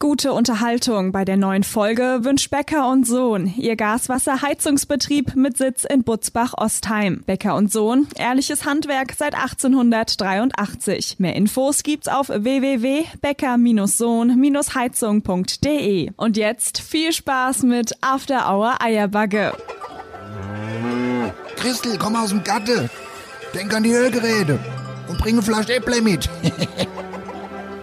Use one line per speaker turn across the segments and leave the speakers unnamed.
Gute Unterhaltung bei der neuen Folge wünscht Becker und Sohn, ihr Gaswasserheizungsbetrieb mit Sitz in Butzbach-Ostheim. Becker und Sohn, ehrliches Handwerk seit 1883. Mehr Infos gibt's auf www.becker-sohn-heizung.de. Und jetzt viel Spaß mit After Hour Eierbagge.
Christel, komm aus dem Gatte. Denk an die Ölgeräte. Und bringe Flasch Äpple mit.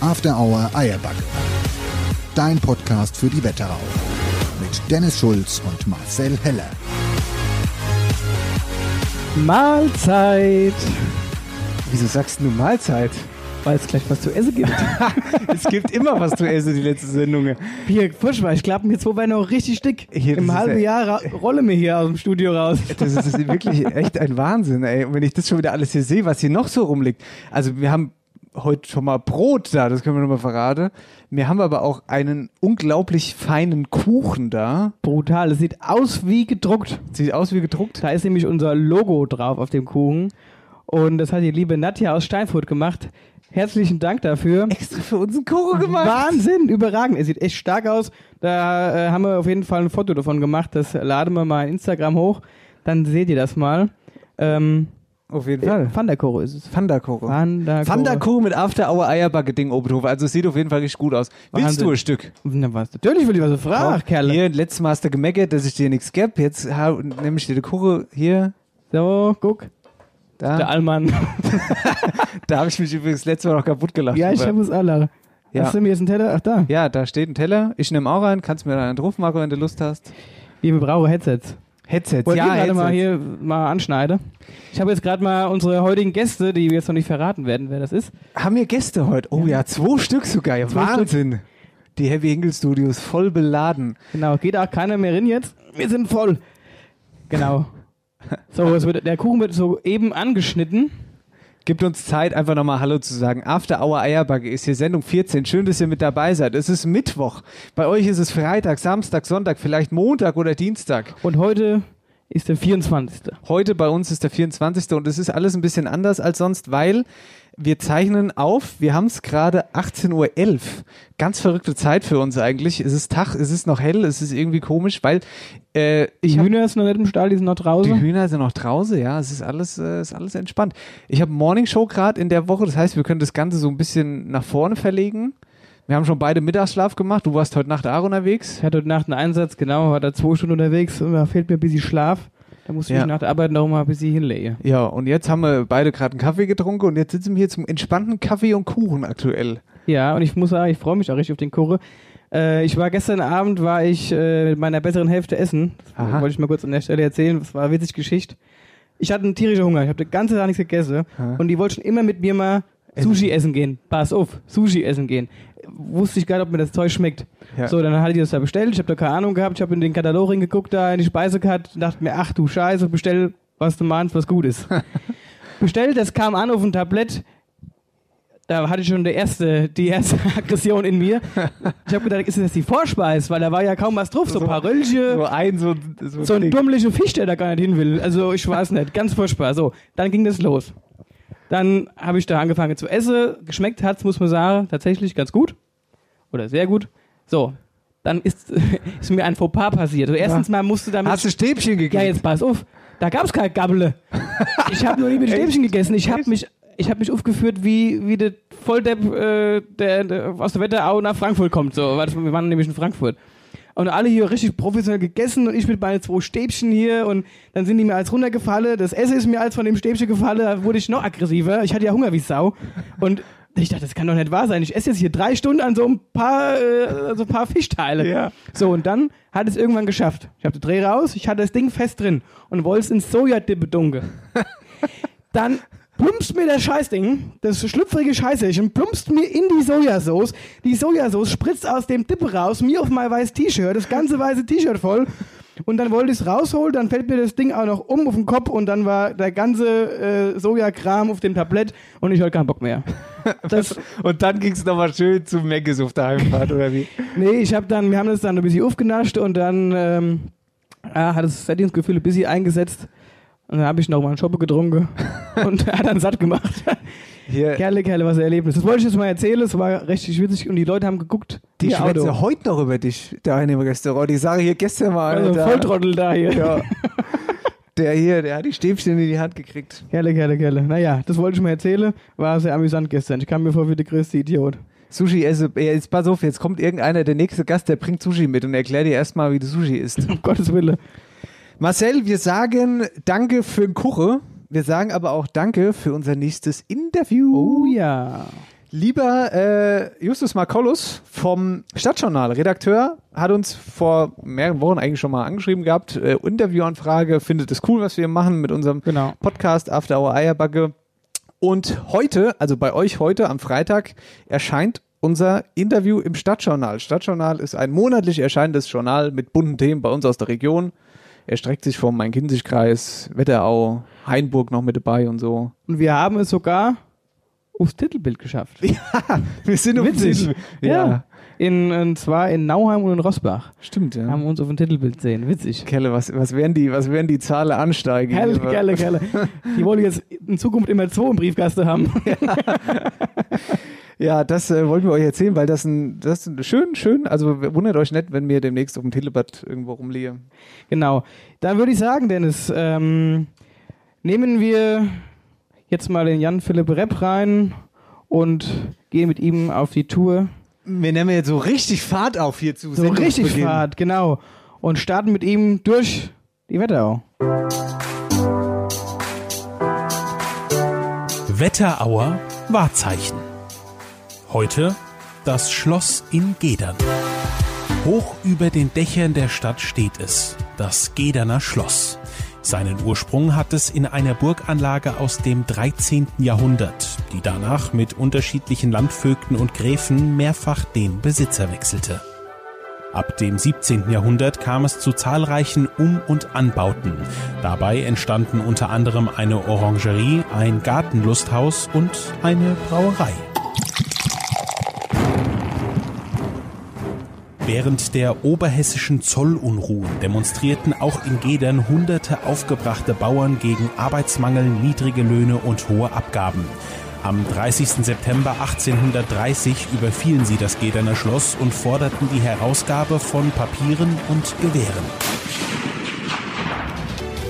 After Hour Eierback. Dein Podcast für die Wetterau. Mit Dennis Schulz und Marcel Heller.
Mahlzeit. Wieso sagst du nur Mahlzeit?
weil es gleich was zu essen gibt.
es gibt immer was zu essen, die letzte Sendung.
Hier, push mal, ich klappe mir zwei Beine auch richtig dick.
Hier, das
Im
ist
halben
ja-
Jahr ra- rolle mir hier aus dem Studio raus.
Das ist, das ist wirklich echt ein Wahnsinn, ey. Und wenn ich das schon wieder alles hier sehe, was hier noch so rumliegt. Also wir haben heute schon mal Brot da, das können wir nochmal verraten. Wir haben aber auch einen unglaublich feinen Kuchen da.
Brutal, es sieht aus wie gedruckt.
Sieht aus wie gedruckt.
Da ist nämlich unser Logo drauf auf dem Kuchen. Und das hat die liebe Nadja aus Steinfurt gemacht. Herzlichen Dank dafür.
Extra für uns einen Kuchen gemacht.
Wahnsinn, überragend. Er sieht echt stark aus. Da äh, haben wir auf jeden Fall ein Foto davon gemacht. Das laden wir mal in Instagram hoch. Dann seht ihr das mal. Ähm,
Auf jeden Fall.
Pfandakoro ist es.
Pfanderkuchen.
Pfandakoro.
Pfanderkuchen mit After Hour Eierbacke Ding oben drauf. Also es sieht auf jeden Fall richtig gut aus. Willst
Wahnsinn.
du ein Stück?
Na was, natürlich will ich was fragen, Kerle.
Hier, letztes Mal hast du gemeckert, dass ich dir nichts geb. Jetzt ha- nehme ich dir die Kuche hier.
So, guck, der
Da,
Allmann.
da habe ich mich übrigens letztes Mal noch kaputt gelacht.
ja, ich
drüber.
hab es alle.
Ja.
Hast du mir jetzt einen Teller? Ach, da.
ja, da steht ein Teller. Ich nehme auch einen. Kannst mir da einen drauf machen, wenn du Lust hast.
Wir brauchen Headsets.
Headsets.
Wollt
ja,
ja, ihr gerade
Headsets.
mal hier mal anschneiden? Ich habe jetzt gerade mal unsere heutigen Gäste, die wir jetzt noch nicht verraten werden, wer das ist.
Haben wir Gäste heute? Oh ja, zwei Stück sogar. Ja,
Zwei
Wahnsinn. Die Heavy Hingle Studios voll beladen.
Genau, geht auch keiner mehr rein jetzt. Wir sind voll. Genau. So, es wird, der Kuchen wird so eben angeschnitten.
Gibt uns Zeit, einfach nochmal Hallo zu sagen. After Hour Eierbacke ist hier Sendung 14. Schön, dass ihr mit dabei seid. Es ist Mittwoch. Bei euch ist es Freitag, Samstag, Sonntag, vielleicht Montag oder Dienstag.
Und heute ist der 24.
Heute bei uns ist der 24. und es ist alles ein bisschen anders als sonst, weil wir zeichnen auf, wir haben es gerade 18.11 Uhr. Ganz verrückte Zeit für uns eigentlich. Es ist Tag, es ist noch hell, es ist irgendwie komisch, weil äh, ich
Die
hab,
Hühner ist noch nicht im Stall, die sind noch draußen.
die Hühner sind noch draußen, ja, es ist alles, äh, ist alles entspannt. Ich habe Morning Show gerade in der Woche, das heißt, wir können das Ganze so ein bisschen nach vorne verlegen. Wir haben schon beide Mittagsschlaf gemacht, du warst heute Nacht auch unterwegs.
Ich hatte heute Nacht einen Einsatz, genau, war da zwei Stunden unterwegs und da fehlt mir ein bisschen Schlaf. Da musste ich
Ja.
nach der Arbeit noch mal ein bisschen hinlegen.
Ja, und jetzt haben wir beide gerade einen Kaffee getrunken und jetzt sitzen wir hier zum entspannten Kaffee und Kuchen aktuell.
Ja, und ich muss sagen, ich freue mich auch richtig auf den Kurre. Äh, ich war gestern Abend, war ich äh, mit meiner besseren Hälfte essen. Das
Aha.
wollte ich mal kurz an der Stelle erzählen. Das war eine witzige Geschichte. Ich hatte einen tierischen Hunger. Ich habe den ganzen Tag nichts gegessen.
Aha.
Und die wollten schon immer mit mir mal Sushi essen gehen. Pass auf, Sushi essen gehen. Wusste ich gar nicht, ob mir das Zeug schmeckt.
Ja.
So, dann hatte ich das da bestellt. Ich habe da keine Ahnung gehabt. Ich habe in den Katalog hingeguckt, da in die Speisekarte. und Dachte mir, ach du Scheiße, bestell, was du meinst, was gut ist. bestellt, das kam an auf ein Tablett. Da hatte ich schon die erste, die erste Aggression in mir. Ich habe gedacht, ist das die Vorspeise? Weil da war ja kaum was drauf. So ein paar Röllchen,
So ein, so, so,
so ein
Ding.
dummlicher Fisch, der da gar nicht hin will. Also ich weiß nicht, ganz furchtbar. So, dann ging das los. Dann habe ich da angefangen zu essen. Geschmeckt hat's, muss man sagen, tatsächlich ganz gut. Oder sehr gut. So, dann ist, ist mir ein Fauxpas passiert. Also erstens mal musste damit...
Hast du Stäbchen
Ja,
gegeben?
jetzt pass auf. Da gab's keine Gabele. Ich habe nur nie mit Stäbchen gegessen. Ich habe mich, ich hab mich aufgeführt, wie, wie der Volldepp äh, der, der aus der Wetterau nach Frankfurt kommt. So, weil das- wir waren nämlich in Frankfurt. Und alle hier richtig professionell gegessen und ich mit meinen zwei Stäbchen hier und dann sind die mir als runtergefallen. Das Essen ist mir als von dem Stäbchen gefallen, da wurde ich noch aggressiver. Ich hatte ja Hunger wie Sau. Und ich dachte, das kann doch nicht wahr sein. Ich esse jetzt hier drei Stunden an so ein paar, äh, so ein paar Fischteile.
Ja.
So, und dann hat es irgendwann geschafft. Ich habe den Dreh raus, ich hatte das Ding fest drin und wollte es ins Sojadippe dunkel. dann plumpst mir das Scheißding, das schlüpfrige Scheißhäschen, plumpst mir in die Sojasauce. Die Sojasauce spritzt aus dem Tippe raus, mir auf mein weißes T-Shirt, das ganze weiße T-Shirt voll. Und dann wollte ich es rausholen, dann fällt mir das Ding auch noch um auf den Kopf und dann war der ganze äh, Sojakram auf dem Tablett und ich hatte keinen Bock mehr. Das,
Und dann ging es nochmal schön zu Megges auf der Heimfahrt, oder wie?
nee, ich habe dann, wir haben das dann ein bisschen aufgenascht und dann ähm, ja, hat das Sättigungsgefühl ein bisschen eingesetzt. Und dann habe ich nochmal einen Schoppe getrunken und hat dann satt gemacht.
Hier,
Kerle, Kerle, was ein Erlebnis. Das wollte ich jetzt mal erzählen, es war richtig witzig und die Leute haben geguckt.
die
wie ein Auto.
schwätze heute noch über dich, der Heinemer Restaurant. Die sage hier gestern mal,
Also
Alter.
Volltrottel da hier.
Ja. Der hier, der hat die Stäbchen in die Hand gekriegt.
Kerle, Kerle, Kerle. Naja, das wollte ich mal erzählen. War sehr amüsant gestern. Ich kam mir vor wie der größte Idiot.
Sushi, also, ey, jetzt pass auf, jetzt kommt irgendeiner, der nächste Gast, der bringt Sushi mit und erklärt dir erstmal, wie du Sushi isst.
Um Gottes Wille.
Marcel, wir sagen Danke für den Kuche. Wir sagen aber auch Danke für unser nächstes Interview.
Oh ja.
Lieber äh, Justus Markollus vom Stadtjournal, Redakteur, hat uns vor mehreren Wochen eigentlich schon mal angeschrieben gehabt. Äh, Interviewanfrage, findet es cool, was wir machen mit unserem
Genau.
Podcast After Hour Eierbacke. Und heute, also bei euch heute am Freitag, erscheint unser Interview im Stadtjournal. Stadtjournal ist ein monatlich erscheinendes Journal mit bunten Themen bei uns aus der Region. Erstreckt sich vom Main-Kinzig-Kreis, Wetterau, Hainburg noch mit dabei und so.
Und wir haben es sogar aufs Titelbild geschafft.
Wir sind um
Witzig.
Witzig. ja,
In, und zwar in Nauheim und in Rosbach.
stimmt, ja.
Haben wir uns auf dem Titelbild sehen. Witzig.
Kelle, was, was werden die, was werden die Zahlen ansteigen?
Kerle, Kerle, Kerle. Die wollen jetzt in Zukunft immer zwei im Briefkasten haben.
Ja, das äh, wollten wir euch erzählen, weil das ein, das ist ein schön, schön, also wundert euch nicht, wenn mir demnächst auf dem Telebad irgendwo rumliege.
Genau. Dann würde ich sagen, Dennis, ähm, nehmen wir jetzt mal den Jan Philipp Repp rein und gehen mit ihm auf die Tour.
Wir nehmen jetzt so richtig Fahrt auf hier zu.
So richtig Fahrt, genau. Und starten mit ihm durch die Wetterau.
Wetterauer Wahrzeichen. Heute das Schloss in Gedern. Hoch über den Dächern der Stadt steht es, das Gederner Schloss. Seinen Ursprung hat es in einer Burganlage aus dem 13. Jahrhundert, die danach mit unterschiedlichen Landvögten und Gräfen mehrfach den Besitzer wechselte. Ab dem 17. Jahrhundert kam es zu zahlreichen Um- und Anbauten. Dabei entstanden unter anderem eine Orangerie, ein Gartenlusthaus und eine Brauerei. Während der oberhessischen Zollunruhen demonstrierten auch in Gedern hunderte aufgebrachte Bauern gegen Arbeitsmangel, niedrige Löhne und hohe Abgaben. Am 30. September 1830 überfielen sie das Gederner Schloss und forderten die Herausgabe von Papieren und Gewehren.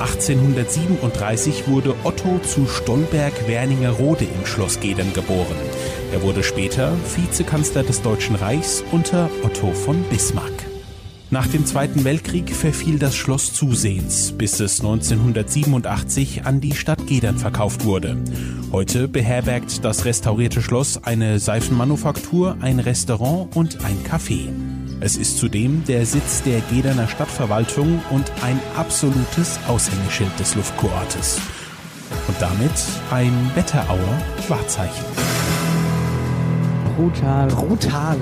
1837 wurde Otto zu Stolberg-Werninger-Rode im Schloss Gedern geboren. Er wurde später Vizekanzler des Deutschen Reichs unter Otto von Bismarck. Nach dem Zweiten Weltkrieg verfiel das Schloss zusehends, bis es 1987 an die Stadt Gedern verkauft wurde. Heute beherbergt das restaurierte Schloss eine Seifenmanufaktur, ein Restaurant und ein Café. Es ist zudem der Sitz der Gederner Stadtverwaltung und ein absolutes Aushängeschild des Luftkurortes. Und damit ein Wetterauer Wahrzeichen.
Brutal.
Brutal.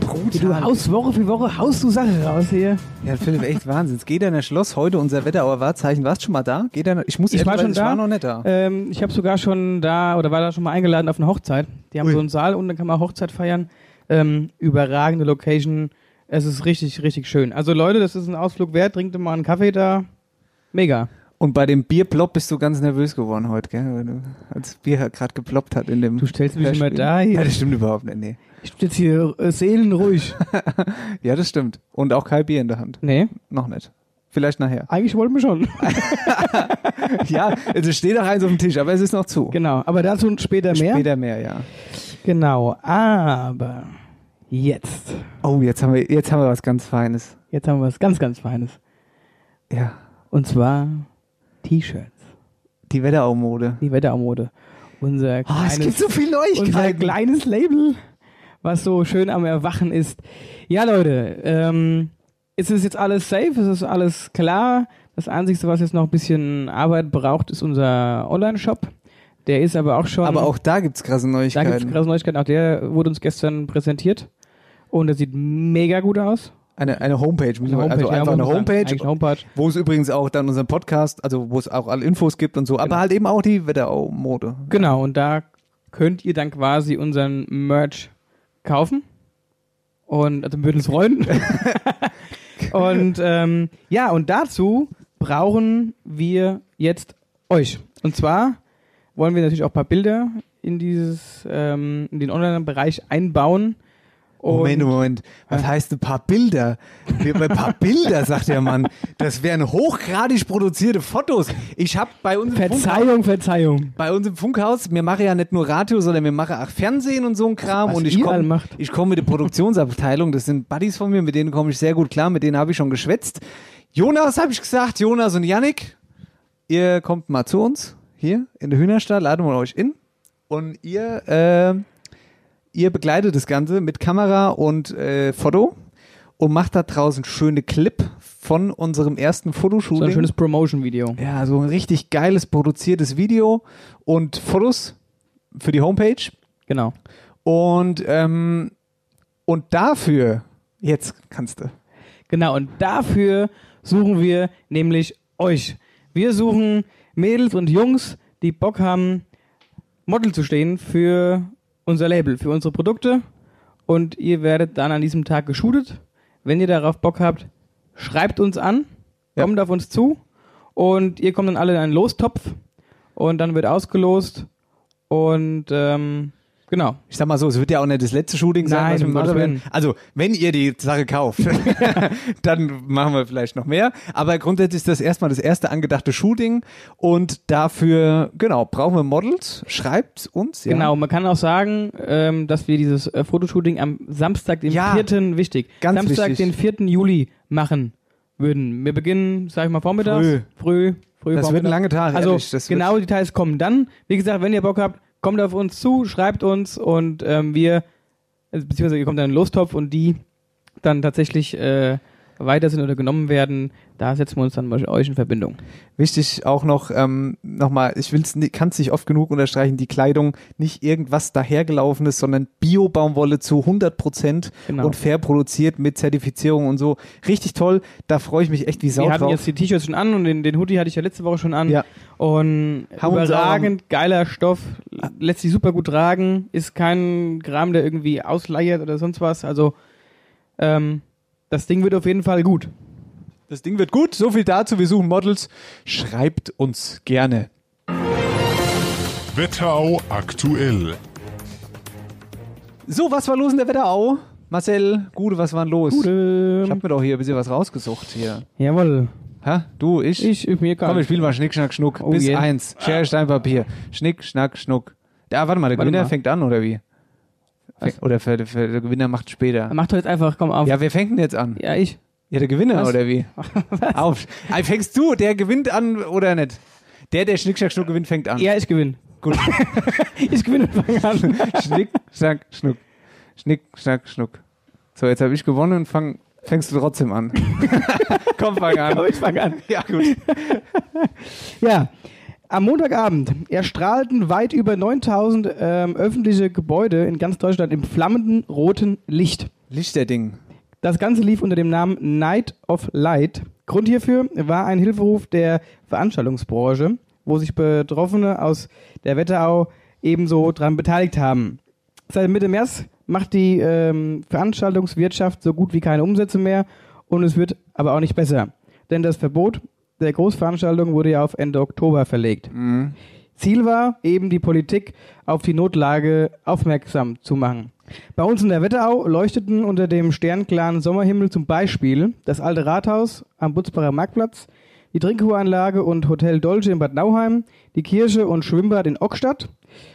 Du
Brutal.
haust Woche für Woche, haust du Sache raus hier.
Ja, Philipp, echt Wahnsinn. Es geht an der Schloss heute, unser Wetterauer Wahrzeichen. Warst du schon mal da? Geht an, ich muss
Ich war
ehrlich-
schon
ich
da.
war noch nicht da.
Ähm, ich habe sogar schon da oder war da schon mal eingeladen auf eine Hochzeit. Die haben
Ui.
so einen Saal und dann kann man Hochzeit feiern. Ähm, überragende Location. Es ist richtig, richtig schön. Also Leute, das ist ein Ausflug wert. Trinkt mal einen Kaffee da. Mega.
Und bei dem Bierplopp bist du ganz nervös geworden heute, gell? Weil du, als Bier halt gerade geploppt hat in dem.
Du stellst mich
Hörspiel.
immer da
Ja,
hier.
das stimmt überhaupt nicht. Nee.
Ich bin jetzt hier äh, seelenruhig.
Ja, das stimmt. Und auch kein Bier in der Hand.
nee,
Noch nicht. Vielleicht nachher.
eigentlich wollten wir schon.
ja, also steht noch eins auf dem Tisch, aber es ist noch zu.
genau. Aber dazu später mehr.
Später mehr, ja.
Genau. Aber jetzt.
Oh, jetzt haben wir, jetzt haben wir was ganz Feines.
Jetzt haben wir was ganz, ganz Feines.
Ja.
Und zwar T-Shirts.
Die Wetteraumode.
Die Wettermode. Unser
Oh, es gibt so viele
unser
Neuigkeiten.
kleines Label, was so schön am Erwachen ist. Ja, Leute, ähm, es ist jetzt alles safe, es ist alles klar. Das Einzige, was jetzt noch ein bisschen Arbeit braucht, ist unser Online-Shop. Der ist aber auch schon.
Aber auch da gibt es krasse
Da gibt es
Neuigkeiten.
krasse Neuigkeiten. Auch der wurde uns gestern präsentiert. Und der sieht mega gut aus.
Eine, eine Homepage, müssen wir- also
ja,
einfach eine
muss man sagen.
Homepage,
Eigentlich eine Homepage.
wo es übrigens auch dann unseren Podcast, also wo es auch alle Infos gibt und so, aber halt eben auch die Wetterau-Mode.
Genau, und da könnt ihr dann quasi unseren Merch kaufen. Und also wir würden uns freuen. und ähm, ja, und dazu brauchen wir jetzt euch. Und zwar wollen wir natürlich auch ein paar Bilder in dieses, ähm, in den Online-Bereich einbauen. Und
Moment, Moment. Was heißt ein paar Bilder? Wir- Ein paar Bilder, sagt der Mann. Das wären hochgradig produzierte Fotos. Ich habe bei uns im Funkhaus,
Verzeihung, Verzeihung.
bei uns im Funkhaus, mir mache ja nicht nur Radio, sondern mir mache auch Fernsehen und so ein Kram.
Was
und ich
ihr alle
komme
macht.
ich komm mit der Produktionsabteilung. Das sind Buddies von mir, mit denen komme ich sehr gut klar. Mit denen habe ich schon geschwätzt. Jonas habe ich gesagt, Jonas und Yannick, ihr kommt mal zu uns hier in der Hühnerstadt, laden wir euch in. Und ihr, äh, ihr begleitet das Ganze mit Kamera und äh, Foto und macht da draußen schöne Clip von unserem ersten Fotoshooting.
So ein schönes Promotion-Video.
ja, so ein richtig geiles produziertes Video und Fotos für die Homepage.
Genau.
Und, ähm, und dafür, jetzt kannst du.
Genau, und dafür suchen wir nämlich euch. Wir suchen Mädels und Jungs, die Bock haben, Model zu stehen für unser Label, für unsere Produkte. Und ihr werdet dann an diesem Tag geshootet. Wenn ihr darauf Bock habt, schreibt uns an,
Ja.
kommt auf uns zu und ihr kommt dann alle in einen Lostopf und dann wird ausgelost und ähm, genau.
Ich sag mal so, es wird ja auch nicht das letzte Shooting sein,
Nein,
was wir
um
machen
Gottes
werden. Also, wenn ihr die Sache kauft, dann machen wir vielleicht noch mehr. Aber grundsätzlich ist das erstmal das erste angedachte Shooting. Und dafür, genau, brauchen wir Models. Schreibt uns. Ja.
Genau, man kann auch sagen, ähm, dass wir dieses äh, Fotoshooting am Samstag, den
Ja.
4. wichtig,
Ganz
Samstag,
wichtig.
den 4. Juli machen würden. Wir beginnen, sag ich mal, vormittags.
Früh.
Früh,
Das
früh
wird ein
vormittags.
langer Tag,
Also
ehrlich. Das wird-
genau, die Details kommen dann. Wie gesagt, wenn ihr Bock habt, kommt auf uns zu, schreibt uns und ähm, wir, also, beziehungsweise ihr kommt dann in den Lostopf und die dann tatsächlich äh, weiter sind oder genommen werden, da setzen wir uns dann mit euch in Verbindung.
Wichtig auch noch, ähm, nochmal, ich will's, kann es nicht oft genug unterstreichen, die Kleidung nicht irgendwas dahergelaufenes, sondern Bio-Baumwolle zu 100 Prozent
Genau.
und fair produziert mit Zertifizierung und so. Richtig toll, da freue ich mich echt wie Sau
Wir hatten
drauf.
jetzt die T-Shirts schon an und den, den Hoodie hatte ich ja letzte Woche schon an.
Ja.
Und
Haben uns
überragend geiler Stoff, l- lässt sich super gut tragen, ist kein Gram, der irgendwie ausleiert oder sonst was. Also ähm, das Ding wird auf jeden Fall gut.
Das Ding wird gut, so viel dazu, wir suchen Models. Schreibt uns gerne.
Wetterau aktuell.
So, was war los in der Wetterau? Marcel, Gude, was war denn los? Ich
Gute.
hab mir doch hier ein bisschen was rausgesucht hier.
Jawohl.
Ha? Du, ich?
Ich, ich mir
Komm,
kann.
wir spielen mal Schnick, Schnack, Schnuck.
Oh
Bis
je.
eins. Schere, Stein, Papier. Schnick, Schnack, Schnuck. Da, warte mal, der
Warte
Gewinner
mal.
fängt an, oder wie? Fäng- Oder für, für, der Gewinner macht später.
Mach doch jetzt einfach, komm auf. Ja,
Ja, wer fängt denn jetzt an?
ich.
Ja, der Gewinner,
Was?
oder wie? Auf. Ey, Fängst du, der gewinnt an, oder nicht? Der, der Schnick, Schnack, Schnuck gewinnt, fängt an.
Ja, ich gewinne.
Gut.
Ich gewinne und fang an.
Schnick, Schnack, Schnuck. Schnick, Schnack, Schnuck. So, jetzt habe ich gewonnen und fang, fängst du trotzdem an. Komm, fang an.
Komm, ich fang an.
Ja, gut.
Ja, am Montagabend erstrahlten weit über 9000 ähm, öffentliche Gebäude in ganz Deutschland im flammenden roten Licht.
Lichterding.
Das Ganze lief unter dem Namen Night of Light. Grund hierfür war ein Hilferuf der Veranstaltungsbranche, wo sich Betroffene aus der Wetterau ebenso daran beteiligt haben. Seit Mitte März macht die ähm, Veranstaltungswirtschaft so gut wie keine Umsätze mehr und es wird aber auch nicht besser. Denn das Verbot der Großveranstaltung wurde ja auf Ende Oktober verlegt. Ziel war, eben die Politik auf die Notlage aufmerksam zu machen. Bei uns in der Wetterau leuchteten unter dem sternklaren Sommerhimmel zum Beispiel das alte Rathaus am Butzbacher Marktplatz, die Trinkhuanlage und Hotel Dolce in Bad Nauheim, die Kirche und Schwimmbad in Ockstadt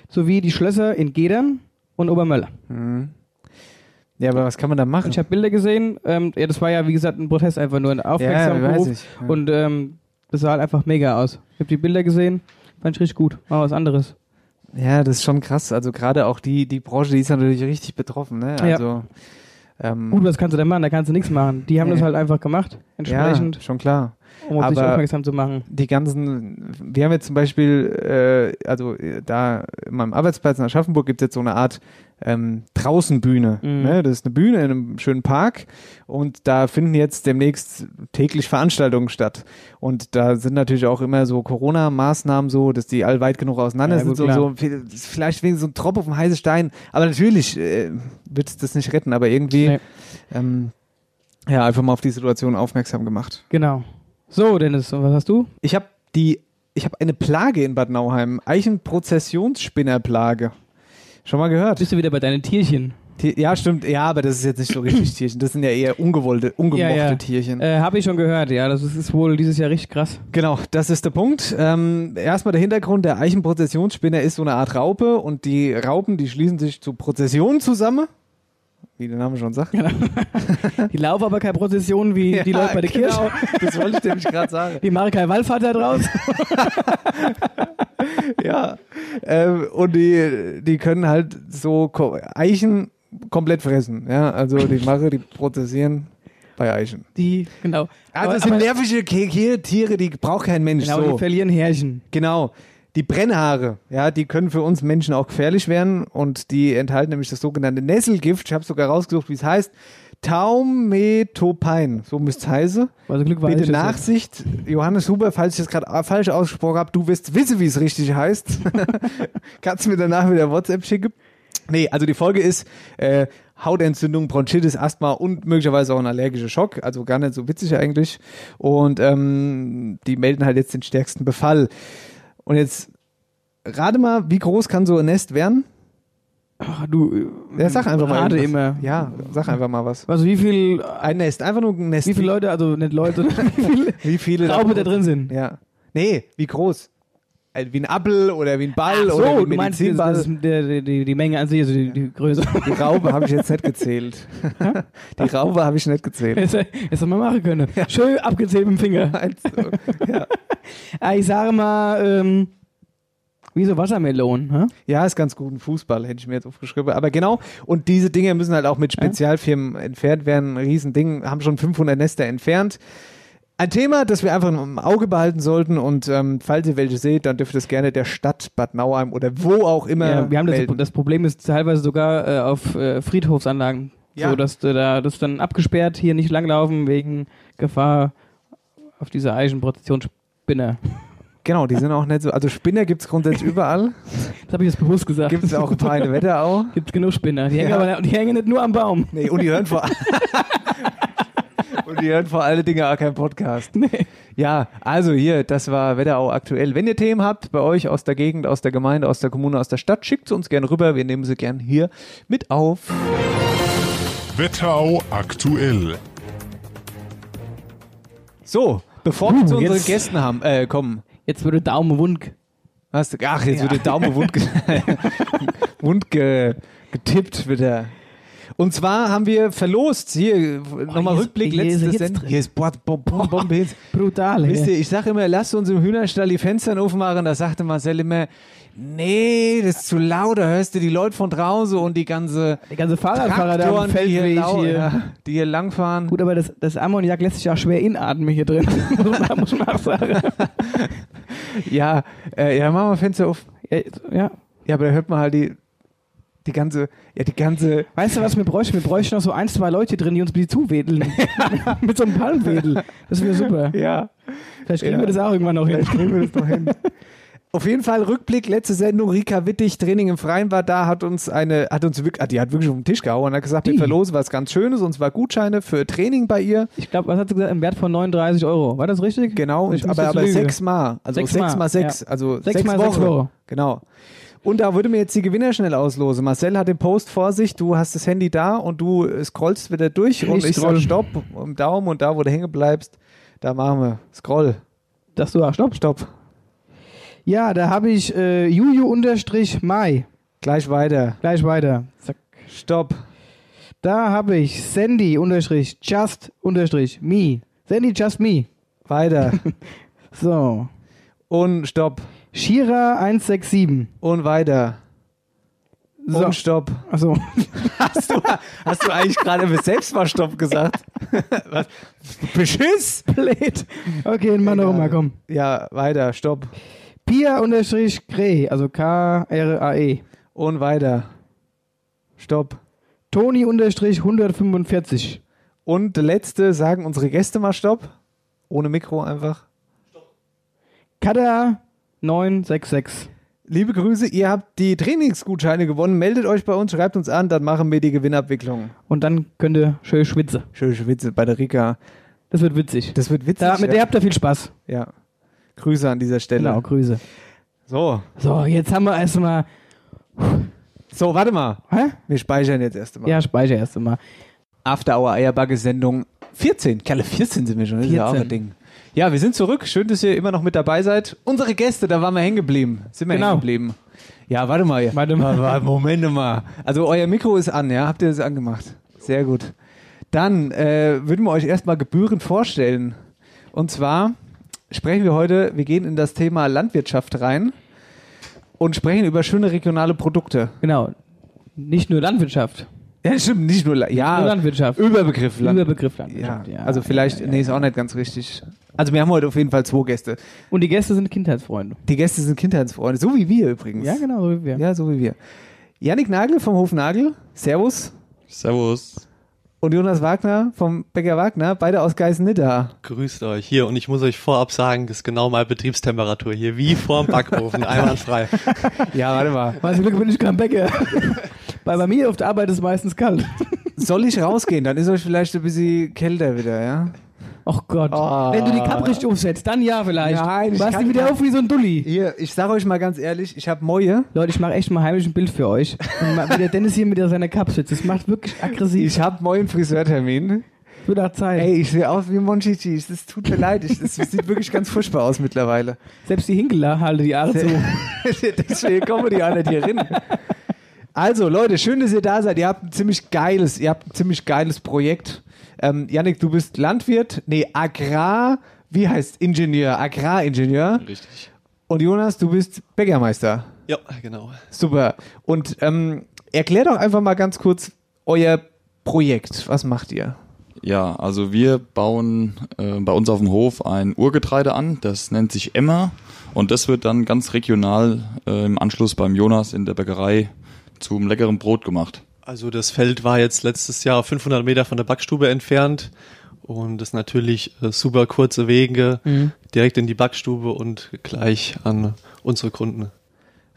sowie die Schlösser in Gedern und Obermöller.
Ja, aber was kann man da machen?
Ich habe Bilder gesehen. Ähm, ja, das war ja, wie gesagt, ein Protest, einfach nur ein
Ja, weiß
Aufmerksamkeit.
ich, ja.
Und ähm, das sah halt einfach mega aus. Ich habe die Bilder gesehen, fand ich richtig gut. Mal was anderes.
Ja, das ist schon krass. Also gerade auch die, die Branche, die ist natürlich richtig betroffen. Ne?
Ja.
Also, ähm,
Mhm. Gut, was kannst du denn machen? Da kannst du nichts machen. Die haben
Nee.
das halt einfach gemacht.
ja,
Entsprechend.
schon klar.
um auf sich
Aber-
aufmerksam zu machen.
die ganzen, wir haben jetzt zum Beispiel, äh, also äh, da in meinem Arbeitsplatz in Aschaffenburg gibt es jetzt so eine Art ähm, Draußenbühne.
Mhm.
Ne? Das ist eine Bühne in einem schönen Park und da finden jetzt demnächst täglich Veranstaltungen statt. Und da sind natürlich auch immer so Corona-Maßnahmen so, dass die all weit genug auseinander
Ja, gut,
sind und
klar.
so. Viel- Vielleicht wegen so ein Tropf auf dem heißen Stein. Aber natürlich äh, wird es das nicht retten, aber irgendwie
Nee.
ähm, ja, einfach mal auf die Situation aufmerksam gemacht.
Genau. So, Dennis, und was hast du?
Ich habe die, ich habe eine Plage in Bad Nauheim, Eichenprozessionsspinnerplage. Schon mal gehört?
Bist du wieder bei deinen Tierchen?
Ti- Ja, stimmt. Ja, aber das ist jetzt nicht so richtig Tierchen. Das sind ja eher ungewollte, ungemochte Tierchen.
Äh, Habe ich schon gehört, ja. Das ist, ist wohl dieses Jahr richtig krass.
Genau, das ist der Punkt. Ähm, erstmal der Hintergrund, der Eichenprozessionsspinner ist so eine Art Raupe und die Raupen, die schließen sich zu Prozessionen zusammen. Wie der Name schon sagt.
Die laufen aber keine Prozession wie die Leute bei der
genau,
Kirche.
Das wollte ich nämlich gerade sagen.
Die machen keine Wallfahrt da draus.
ja. Ähm, und die, die können halt so Ko Eichen komplett fressen. Ja, also die Mache, die prozessieren bei Eichen.
Die, genau.
Also
Aber-
das sind
aber-
nervige Ke- Ke- Tiere, die braucht kein Mensch.
Genau, die
so.
verlieren Härchen.
genau. Die Brennhaare, ja, die können für uns Menschen auch gefährlich werden und die enthalten nämlich das sogenannte Nesselgift. Ich habe sogar rausgesucht, wie es heißt. Taumetopain, so müsste es heißen.
Also Glück war
Bitte Nachsicht, Johannes Huber, falls ich das gerade a- falsch ausgesprochen habe, du wirst wissen, wie es richtig heißt. Kannst du mir danach wieder WhatsApp schicken? Nee, also die Folge ist äh, Hautentzündung, Bronchitis, Asthma und möglicherweise auch ein allergischer Schock. Also gar nicht so witzig eigentlich. Und ähm, die melden halt jetzt den stärksten Befall. Und jetzt rate mal, wie groß kann so ein Nest werden?
Ach, du, äh,
Ja, sag einfach mal.
Rate
irgendwas.
immer.
Ja, sag einfach mal was.
also wie viel,
Ein Nest, einfach nur ein Nest.
wie viele Leute, also nicht Leute, wie
wie viele
viele Raupe da drin sind.
Ja. Nee, wie groß? Also wie ein Apfel oder wie ein Ball
Ach
oder wie ein
du meinst das,
Medizinball.
das, der, die- die, die Menge an sich, also die, die Größe.
die Raube habe ich jetzt nicht gezählt. die Raube habe ich nicht gezählt.
Jetzt hätte man machen können. Schön abgezählt mit dem Finger.
Also, ja.
Ah, Ich sage mal, ähm, wie so Wassermelonen. Hä?
ja, ist ganz gut. Ein Fußball hätte ich mir jetzt aufgeschrieben. Aber genau, und diese Dinge müssen halt auch mit Spezialfirmen entfernt werden. Ein Riesending, haben schon 500 Nester entfernt. Ein Thema, das wir einfach im Auge behalten sollten und ähm, falls ihr welche seht, dann dürft ihr es gerne der Stadt Bad Nauheim oder wo auch immer
Ja, wir haben das,
melden.
das Problem ist teilweise sogar äh, auf äh, Friedhofsanlagen.
Ja.
So, dass du da das dann abgesperrt, hier nicht langlaufen wegen Gefahr auf diese Eichenprozessionsspinne.
Genau, die sind auch nicht so. Also Spinner gibt es grundsätzlich überall.
Das habe ich jetzt bewusst gesagt.
Gibt es auch ein paar in der Wetterau?
Gibt's genug Spinner. Die hängen, aber, die hängen nicht nur am Baum.
Nee, und die hören vor. und die hören vor allen Dingen auch keinen Podcast.
Nee.
Ja, also hier, das war Wetterau aktuell. Wenn ihr Themen habt bei euch aus der Gegend, aus der Gemeinde, aus der Kommune, aus der Stadt, schickt sie uns gerne rüber. Wir nehmen sie gerne hier mit auf.
Wetterau aktuell.
So, bevor wir zu unseren
Uh, jetzt-
Gästen haben, äh, kommen.
Jetzt würde Daumen wund.
Hast du, ach, jetzt wird der Daumen wund, ge wund ge getippt wieder. Und zwar haben wir verlost, hier, nochmal
Oh, hier ist-
Rückblick,
hier ist
letztes
Hits
Send-
drin.
Hier ist Bom, Bom, Bom, Bom, Hits.
Brutal.
Wisst
ey.
ihr, ich sage immer, lasst uns im Hühnerstall die Fenster aufmachen. Da sagte Marcel immer, nee, das ist zu laut. Da hörst du die Leute von draußen und die ganze
Die ganze Fahrradfahrer da auf
Traktoren,
dem
die hier,
Feldweg
lau-
hier.
ja, die hier langfahren.
Gut, aber das, das Ammoniak lässt sich auch schwer inatmen hier drin. da muss man auch sagen.
Ja, äh, ja, machen wir Fenster auf.
Ja, jetzt- ja.
Ja, aber da hört man halt die, die ganze, ja, die ganze,
Weißt du, was wir bräuchten? Wir bräuchten noch so ein, zwei Leute hier drin, die uns ein bisschen zuwedeln. Mit so einem Palmwedel. Das wäre super.
ja.
Vielleicht kriegen
Ja.
wir das auch irgendwann noch hin.
Kriegen wir das noch hin. Auf jeden Fall Rückblick, letzte Sendung, Rika Wittig, Training im Freien war da, hat uns eine, hat uns wirklich, ah, die hat wirklich auf den Tisch gehauen und hat gesagt, wir
Die?
verlosen was ganz Schönes und zwar Gutscheine für Training bei ihr.
Ich glaube, was hat sie gesagt? Im Wert von 39 Euro. War das richtig?
Genau,
Ich
und,
muss
aber,
jetzt
aber
lügen.
sechsmal. Also sechs,
Sechs Mal,
mal sechs.
ja.
Also sechs,
Sechs Mal
Wochen.
sechs Woche.
Genau. Und da würde mir jetzt die Gewinner schnell auslose. Marcel hat den Post vor sich, du hast das Handy da und du äh, scrollst wieder durch und
Ich
ich sag
scroll.
Stopp im Daumen und da, wo du hängen bleibst, da machen wir. Scroll.
Dass du auch stopp.
Stopp.
Ja, da habe ich äh, Juju-Mai.
Gleich weiter.
Gleich weiter. Zack.
Stopp.
Da habe ich Sandy unterstrich just unterstrich me. Sandy just me.
Weiter.
So.
und stopp.
Shira 167.
Und weiter.
So.
Und stopp.
Achso.
Hast du eigentlich gerade mit selbst mal Stopp gesagt? Beschiss!
Blöd. Okay, mach noch mal, komm.
Ja, weiter, stopp.
Pia unterstrich Kre, also K-R-A-E.
Und weiter. Stopp.
Toni unterstrich 145.
Und der letzte sagen unsere Gäste mal Stopp. Ohne Mikro einfach.
Kada 966.
Liebe Grüße, ihr habt die Trainingsgutscheine gewonnen. Meldet euch bei uns, schreibt uns an, dann machen wir die Gewinnabwicklung.
Und dann könnt ihr schön schwitzen.
Schöne Witze bei der Rika.
Das wird witzig.
Das wird witzig.
Da, mit der
ja.
habt ihr viel Spaß.
ja. Grüße an dieser Stelle.
Genau, Grüße.
So.
So, jetzt haben wir erstmal.
So, warte mal.
Hä?
Wir speichern jetzt erst einmal.
Ja, Speicher erst einmal.
After Hour Eierbagge Sendung 14. Kerle, 14 sind wir schon. Das ist ja auch
14.
ein Ding. Ja, wir sind zurück. Schön, dass ihr immer noch mit dabei seid. Unsere Gäste, da waren wir hängen geblieben. Sind wir
Genau.
hängen geblieben. Ja, warte mal.
Warte mal.
Moment mal. Also euer Mikro ist an, ja? Habt ihr das angemacht? Sehr gut. Dann äh, würden wir euch erstmal gebührend vorstellen. Und zwar sprechen wir heute, wir gehen in das Thema Landwirtschaft rein und sprechen über schöne regionale Produkte.
Genau. Nicht nur Landwirtschaft.
Ja, stimmt, nicht nur, La ja,
Nur Landwirtschaft.
Überbegriff Ah, Land
Überbegriff
ja,
Landwirtschaft.
also vielleicht, nee, ist auch nicht ganz richtig. Also wir haben heute auf jeden Fall zwei Gäste.
Und die Gäste sind Kindheitsfreunde.
Die Gäste sind Kindheitsfreunde, so wie wir übrigens.
Ja, genau, so wie wir.
Ja, so wie wir. Yannick Nagel vom Hof Nagel, Servus.
Servus.
Und Jonas Wagner vom Bäcker Wagner, beide aus Geisennitter.
Grüßt euch hier und ich muss euch vorab sagen, das ist genau meine Betriebstemperatur hier, wie vorm Backofen, einwandfrei.
Ja, warte mal.
Weil zum Glück bin ich kein Bäcker. Weil bei mir auf der Arbeit ist meistens kalt.
Soll ich rausgehen? Dann ist euch vielleicht ein bisschen kälter wieder, ja?
Oh Gott.
Ah.
Wenn du die Kappricht aufsetzt, dann ja vielleicht.
Nein, ich
du machst
kann
die wieder
nicht.
auf wie so ein Dulli.
Hier, ich sag euch mal ganz ehrlich, ich habe Moje.
Leute, ich mache echt mal heimisch ein Bild für euch. Und mal- wie der Dennis hier mit seiner Kappe sitzt. Das macht wirklich aggressiv.
Ich habe Moje einen Friseurtermin.
Ich würde auch Zeit.
Ey, ich sehe aus wie Monchichi. Das tut mir leid. Ich, das sieht wirklich ganz furchtbar aus mittlerweile.
Selbst die Hinkeler halte die Haare zu.
Deswegen kommen die alle hier hin. Also, Leute, schön, dass ihr da seid. Ihr habt ein ziemlich geiles, ihr habt ein ziemlich geiles Projekt. Ähm, Yannick, du bist Landwirt, nee, Agrar, wie heißt Ingenieur? Agraringenieur.
Richtig.
Und Jonas, du bist Bäckermeister.
Ja, genau.
Super. Und ähm, erklär doch einfach mal ganz kurz euer Projekt. Was macht ihr?
Ja, also wir bauen äh, bei uns auf dem Hof ein Urgetreide an, das nennt sich Emma und das wird dann ganz regional äh, im Anschluss beim Jonas in der Bäckerei zum leckeren Brot gemacht.
Also das Feld war jetzt letztes Jahr 500 Meter von der Backstube entfernt und das natürlich äh, super kurze Wege direkt in die Backstube und gleich an unsere Kunden.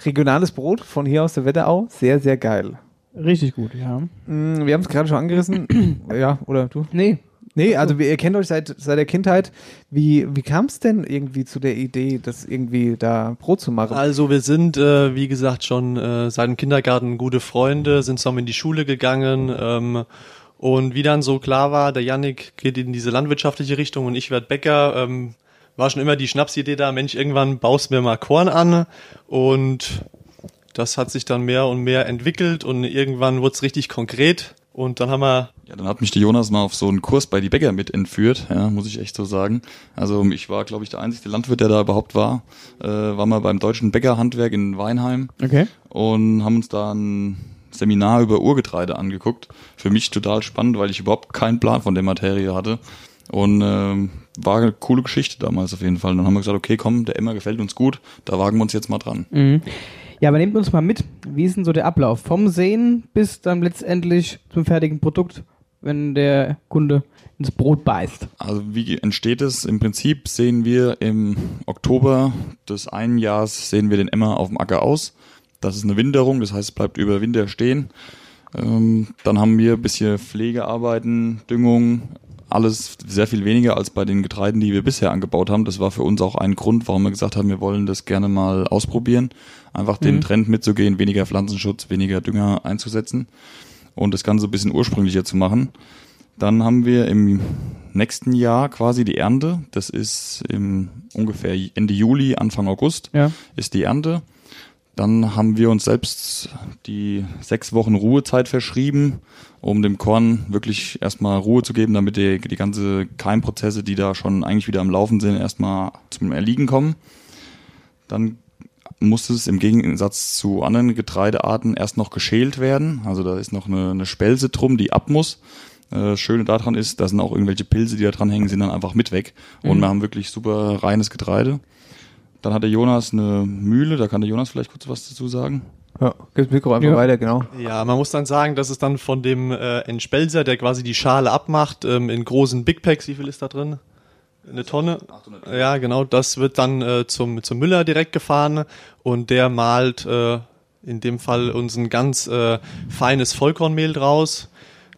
Regionales Brot von hier aus der Wetterau. Sehr, sehr geil.
Richtig gut, ja.
Hm, Wir haben es gerade schon angerissen. ja, oder du?
Nee,
Nee, also wir, ihr kennt euch seit, seit der Kindheit. Wie, wie kam es denn irgendwie zu der Idee, das irgendwie da Brot zu machen?
Also wir sind, äh, wie gesagt, schon äh, seit dem Kindergarten gute Freunde, sind zusammen in die Schule gegangen. Ähm, und wie dann so klar war, der Yannick geht in diese landwirtschaftliche Richtung und ich werde Bäcker, ähm, war schon immer die Schnapsidee da, Mensch, irgendwann baust mir mal Korn an. Und das hat sich dann mehr und mehr entwickelt und irgendwann wurde es richtig konkret. Und dann haben wir
Ja, dann hat mich der Jonas mal auf so einen Kurs bei die Bäcker mit entführt, ja, muss ich echt so sagen. Also ich war, glaube ich, der einzige Landwirt, der da überhaupt war. Äh, war mal beim Deutschen Bäckerhandwerk in Weinheim
Okay.
und haben uns da ein Seminar über Urgetreide angeguckt. Für mich total spannend, weil ich überhaupt keinen Plan von der Materie hatte. Und ähm, war eine coole Geschichte damals auf jeden Fall. Dann haben wir gesagt, okay, komm, der Emma gefällt uns gut, da wagen wir uns jetzt mal dran.
Ja, aber nehmt uns mal mit. Wie ist denn so der Ablauf? Vom Sehen bis dann letztendlich zum fertigen Produkt, wenn der Kunde ins Brot beißt.
Also wie entsteht es? Im Prinzip sehen wir im Oktober des einen Jahres sehen wir den Emmer auf dem Acker aus. Das ist eine Winterung, das heißt, es bleibt über Winter stehen. Ähm, dann haben wir ein bisschen Pflegearbeiten, Düngung, alles sehr viel weniger als bei den Getreiden, die wir bisher angebaut haben. Das war für uns auch ein Grund, warum wir gesagt haben, wir wollen das gerne mal ausprobieren. Einfach den Trend mitzugehen, weniger Pflanzenschutz, weniger Dünger einzusetzen und das Ganze ein bisschen ursprünglicher zu machen. Dann haben wir im nächsten Jahr quasi die Ernte. Das ist im ungefähr Ende Juli, Anfang August
Ja.
ist die Ernte. Dann haben wir uns selbst die sechs Wochen Ruhezeit verschrieben, um dem Korn wirklich erstmal Ruhe zu geben, damit die, die ganze Keimprozesse, die da schon eigentlich wieder am Laufen sind, erstmal zum Erliegen kommen. Dann muss es im Gegensatz zu anderen Getreidearten erst noch geschält werden. Also da ist noch eine, eine Spelze drum, die ab muss. Äh, Schöne daran ist, da sind auch irgendwelche Pilze, die da dran hängen, sind dann einfach mit weg. Und wir haben wirklich super reines Getreide. Dann hat der Jonas eine Mühle, da kann der Jonas vielleicht kurz was dazu sagen.
Ja, gib's Mikro einfach
Ja.
weiter, genau.
Ja, man muss dann sagen, dass es dann von dem äh, Entspelser, der quasi die Schale abmacht, ähm, in großen Big Packs, wie viel ist da drin? Eine Tonne? Ja, genau. Das wird dann äh, zum, zum Müller direkt gefahren und der malt äh, in dem Fall uns ein ganz äh, feines Vollkornmehl draus.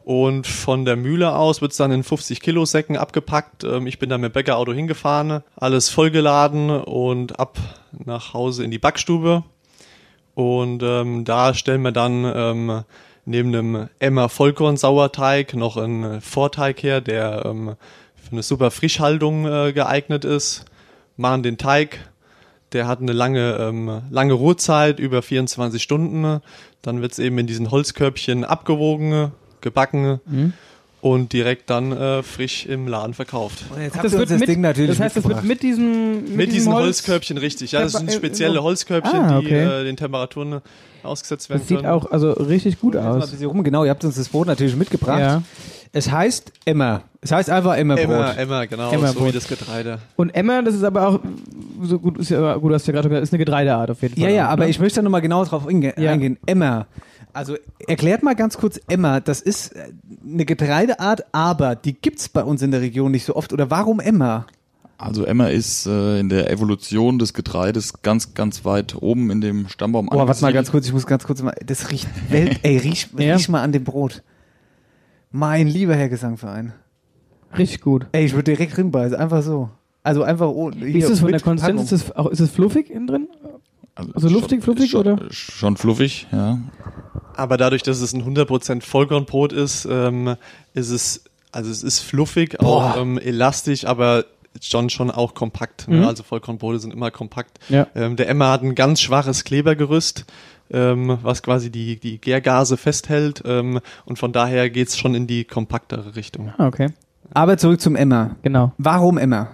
Und von der Mühle aus wird's dann in 50 Kilo Säcken abgepackt. Ähm, ich bin dann mit dem Bäckerauto hingefahren, alles vollgeladen und ab nach Hause in die Backstube. Und ähm, da stellen wir dann ähm, neben einem Emmer Vollkorn-Sauerteig noch einen Vorteig her, der ähm, für eine super Frischhaltung äh, geeignet ist. Machen den Teig. Der hat eine lange, ähm, lange Ruhezeit, über 24 Stunden. Dann wird es eben in diesen Holzkörbchen abgewogen, gebacken
Mhm.
und direkt dann äh, frisch im Laden verkauft.
Jetzt
Das, wird mit, das heißt, das wird
mitgebracht.
mit diesem
Mit
mit,
diesen
diesem Holz-
Holzkörbchen, richtig. Ja, das sind
Äh, äh,
spezielle Holzkörbchen,
Ah,
die
okay.
äh, den Temperaturen ausgesetzt werden
Das sieht
können.
auch also richtig gut
Jetzt mal ein
aus.
bisschen rum. Genau, ihr habt uns das Brot natürlich mitgebracht.
Ja.
Es heißt Emmer. Es heißt einfach Emmerbrot.
Emma, Emma, genau,
Emma
so wie
Brot.
das Getreide.
Und Emmer, das ist aber auch so gut, ist ja gut, hast du ja gerade gesagt, ist eine Getreideart auf jeden Fall.
Ja, ja, aber ich möchte da nochmal genau drauf einge
Ja.
eingehen. Emmer. Also erklärt mal ganz kurz Emmer. Das ist äh, eine Getreideart, aber die gibt's bei uns in der Region nicht so oft. Oder warum Emmer?
Also Emma ist äh, in der Evolution des Getreides ganz, ganz weit oben in dem Stammbaum
Boah, Oh, warte mal
angesiedelt.
ganz kurz, ich muss ganz kurz mal. Das riecht Welt. Ey, riech,
Ja.
riech mal an dem Brot. Mein lieber Herr Gesangverein.
richtig gut.
Ey, ich würde direkt rinbeißen, einfach so. Also einfach ohne.
Wie ist es von der Konsistenz? Ist es, auch, ist es fluffig innen drin? Also luftig, fluffig,
schon, äh,
oder?
Schon fluffig, ja.
Aber dadurch, dass es ein 100% Vollkornbrot ist, ähm, ist es, also es ist fluffig, auch ähm, elastisch, aber schon schon auch kompakt. Ne? Also Vollkornbrote sind immer kompakt.
Ja.
Ähm, der Emma hat ein ganz schwaches Klebergerüst, ähm, was quasi die, die Gärgase festhält ähm, und von daher geht's schon in die kompaktere Richtung.
Ah, okay.
Aber zurück zum Emmer.
Genau.
Warum Emmer?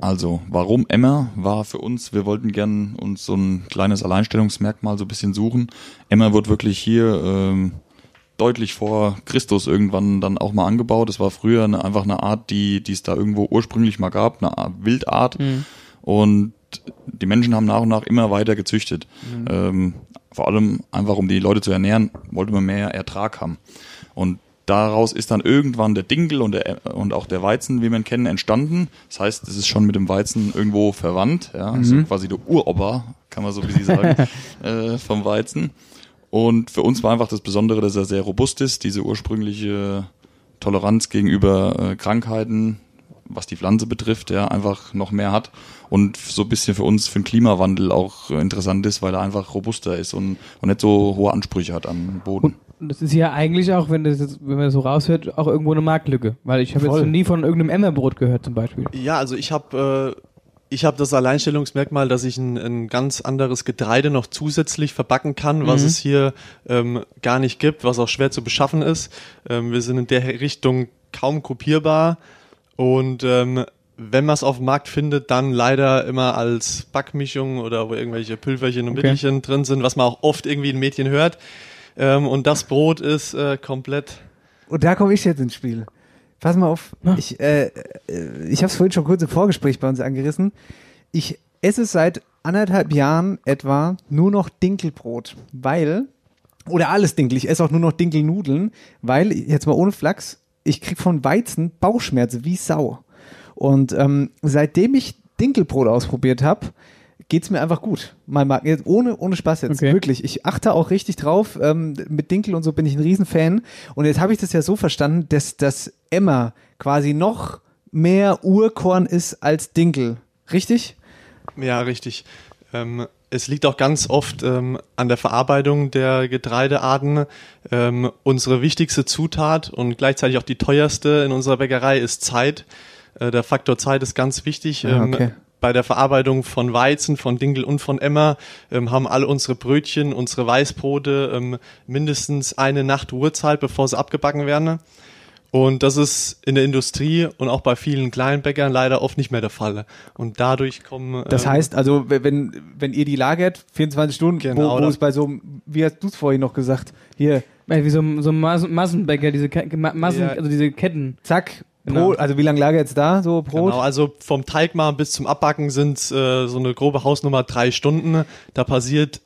Also, warum Emma war für uns, wir wollten gern uns so ein kleines Alleinstellungsmerkmal so ein bisschen suchen. Emma wird wirklich hier ähm, deutlich vor Christus irgendwann dann auch mal angebaut. Es war früher eine, einfach eine Art, die die es da irgendwo ursprünglich mal gab, eine Art Wildart. Und die Menschen haben nach und nach immer weiter gezüchtet. Ähm, vor allem einfach, um die Leute zu ernähren, wollte man mehr Ertrag haben. Und daraus ist dann irgendwann der Dinkel und, der, und auch der Weizen, wie wir ihn kennen, entstanden. Das heißt, es ist schon mit dem Weizen irgendwo verwandt. Ja? Also quasi der Uropa, kann man so wie Sie sagen, äh, vom Weizen. Und für uns war einfach das Besondere, dass er sehr robust ist, diese ursprüngliche Toleranz gegenüber äh, Krankheiten, was die Pflanze betrifft, ja, einfach noch mehr hat und so ein bisschen für uns für den Klimawandel auch äh, interessant ist, weil er einfach robuster ist und, und nicht so hohe Ansprüche hat am Boden.
Und das ist ja eigentlich auch, wenn, das jetzt, wenn man das so raushört, auch irgendwo eine Marktlücke. Weil ich habe jetzt
Voll.
noch nie von irgendeinem Emmerbrot gehört zum Beispiel.
Ja, also ich habe äh, ich habe das Alleinstellungsmerkmal, dass ich ein, ein ganz anderes Getreide noch zusätzlich verbacken kann, was es hier ähm, gar nicht gibt, was auch schwer zu beschaffen ist. Ähm, wir sind in der Richtung kaum kopierbar und ähm, wenn man es auf dem Markt findet, dann leider immer als Backmischung oder wo irgendwelche Pülverchen und
Okay.
Mittelchen drin sind, was man auch oft irgendwie in Mädchen hört. Ähm, und das Brot ist äh, komplett
Und da komme ich jetzt ins Spiel. Pass mal auf,
Ja.
ich, äh, äh, ich habe es vorhin schon kurz im Vorgespräch bei uns angerissen. Ich esse seit anderthalb Jahren etwa nur noch Dinkelbrot, weil, oder alles Dinkel, ich esse auch nur noch Dinkelnudeln, weil, jetzt mal ohne Flachs, ich krieg von Weizen Bauchschmerzen wie Sau. Und ähm, seitdem ich Dinkelbrot ausprobiert habe, geht's mir einfach gut. Mein Magen, jetzt ohne, ohne Spaß jetzt,
Okay.
wirklich. Ich achte auch richtig drauf. Ähm, mit Dinkel und so bin ich ein Riesenfan. Und jetzt habe ich das ja so verstanden, dass das Emma quasi noch mehr Urkorn ist als Dinkel. Richtig?
Ja, richtig. Ähm, es liegt auch ganz oft ähm, an der Verarbeitung der Getreidearten. Ähm, unsere wichtigste Zutat und gleichzeitig auch die teuerste in unserer Bäckerei ist Zeit. Äh, der Faktor Zeit ist ganz wichtig.
Ja,
Ähm,
okay.
Bei der Verarbeitung von Weizen, von Dinkel und von Emmer ähm, haben alle unsere Brötchen, unsere Weißbrote ähm, mindestens eine Nacht Uhrzeit, bevor sie abgebacken werden. Und das ist in der Industrie und auch bei vielen Kleinbäckern leider oft nicht mehr der Fall. Und dadurch kommen.
Das
ähm,
heißt also, we- wenn, wenn ihr die lagert, 24 Stunden,
Genau,
wo, wo
da-
es bei so einem, wie hast du es vorhin noch gesagt, hier,
Weil wie so, ein- so ein Mas Massenbäcker, diese, Ke Ma Massen
Ja.
also diese Ketten.
zack,
Genau.
Brot, also wie lange lagert es da, so Brot?
Genau, also vom Teigmachen bis zum Abbacken sind äh, so eine grobe Hausnummer drei Stunden. Da passiert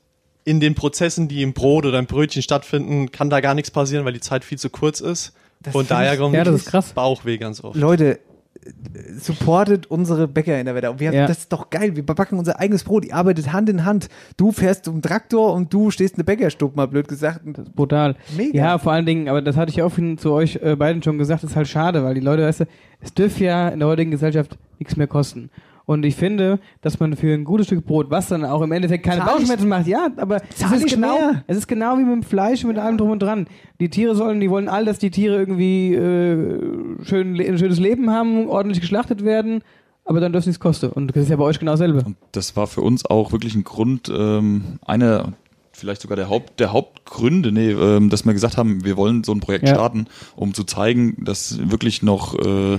in den Prozessen, die im Brot oder im Brötchen stattfinden, kann da gar nichts passieren, weil die Zeit viel zu kurz ist. Und
find
daher
ich-
kommt
ja, das ist krass.
Bauchweh ganz oft.
Leute, äh, supportet unsere Bäcker in der Welt. Wir,
Ja.
Das ist doch geil. Wir backen unser eigenes Brot. Ihr arbeitet Hand in Hand. Du fährst zum Traktor und du stehst eine Bäckerstube, mal blöd gesagt. Und
Brutal.
Mega.
Ja, vor allen Dingen, aber das hatte ich auch vorhin zu euch äh, beiden schon gesagt, ist halt schade, weil die Leute, weißt du, es dürfte ja in der heutigen Gesellschaft nichts mehr kosten. Und ich finde, dass man für ein gutes Stück Brot, was dann auch im Endeffekt keine
Zahl ich-
Bauchschmerzen macht, ja, aber es
Zahl
ist,
ich
genau,
mehr.
es ist genau wie mit dem Fleisch und mit allem drum und dran. Die Tiere sollen, die wollen all, dass die Tiere irgendwie äh, schön, le- ein schönes Leben haben, ordentlich geschlachtet werden, aber dann dürfen sie nichts kosten. Und das ist ja bei euch genau dasselbe.
das war für uns auch wirklich ein Grund, ähm, einer, vielleicht sogar der, Haupt, der Hauptgründe, nee, ähm, dass wir gesagt haben, wir wollen so ein Projekt
Ja.
starten, um zu zeigen, dass wirklich noch äh,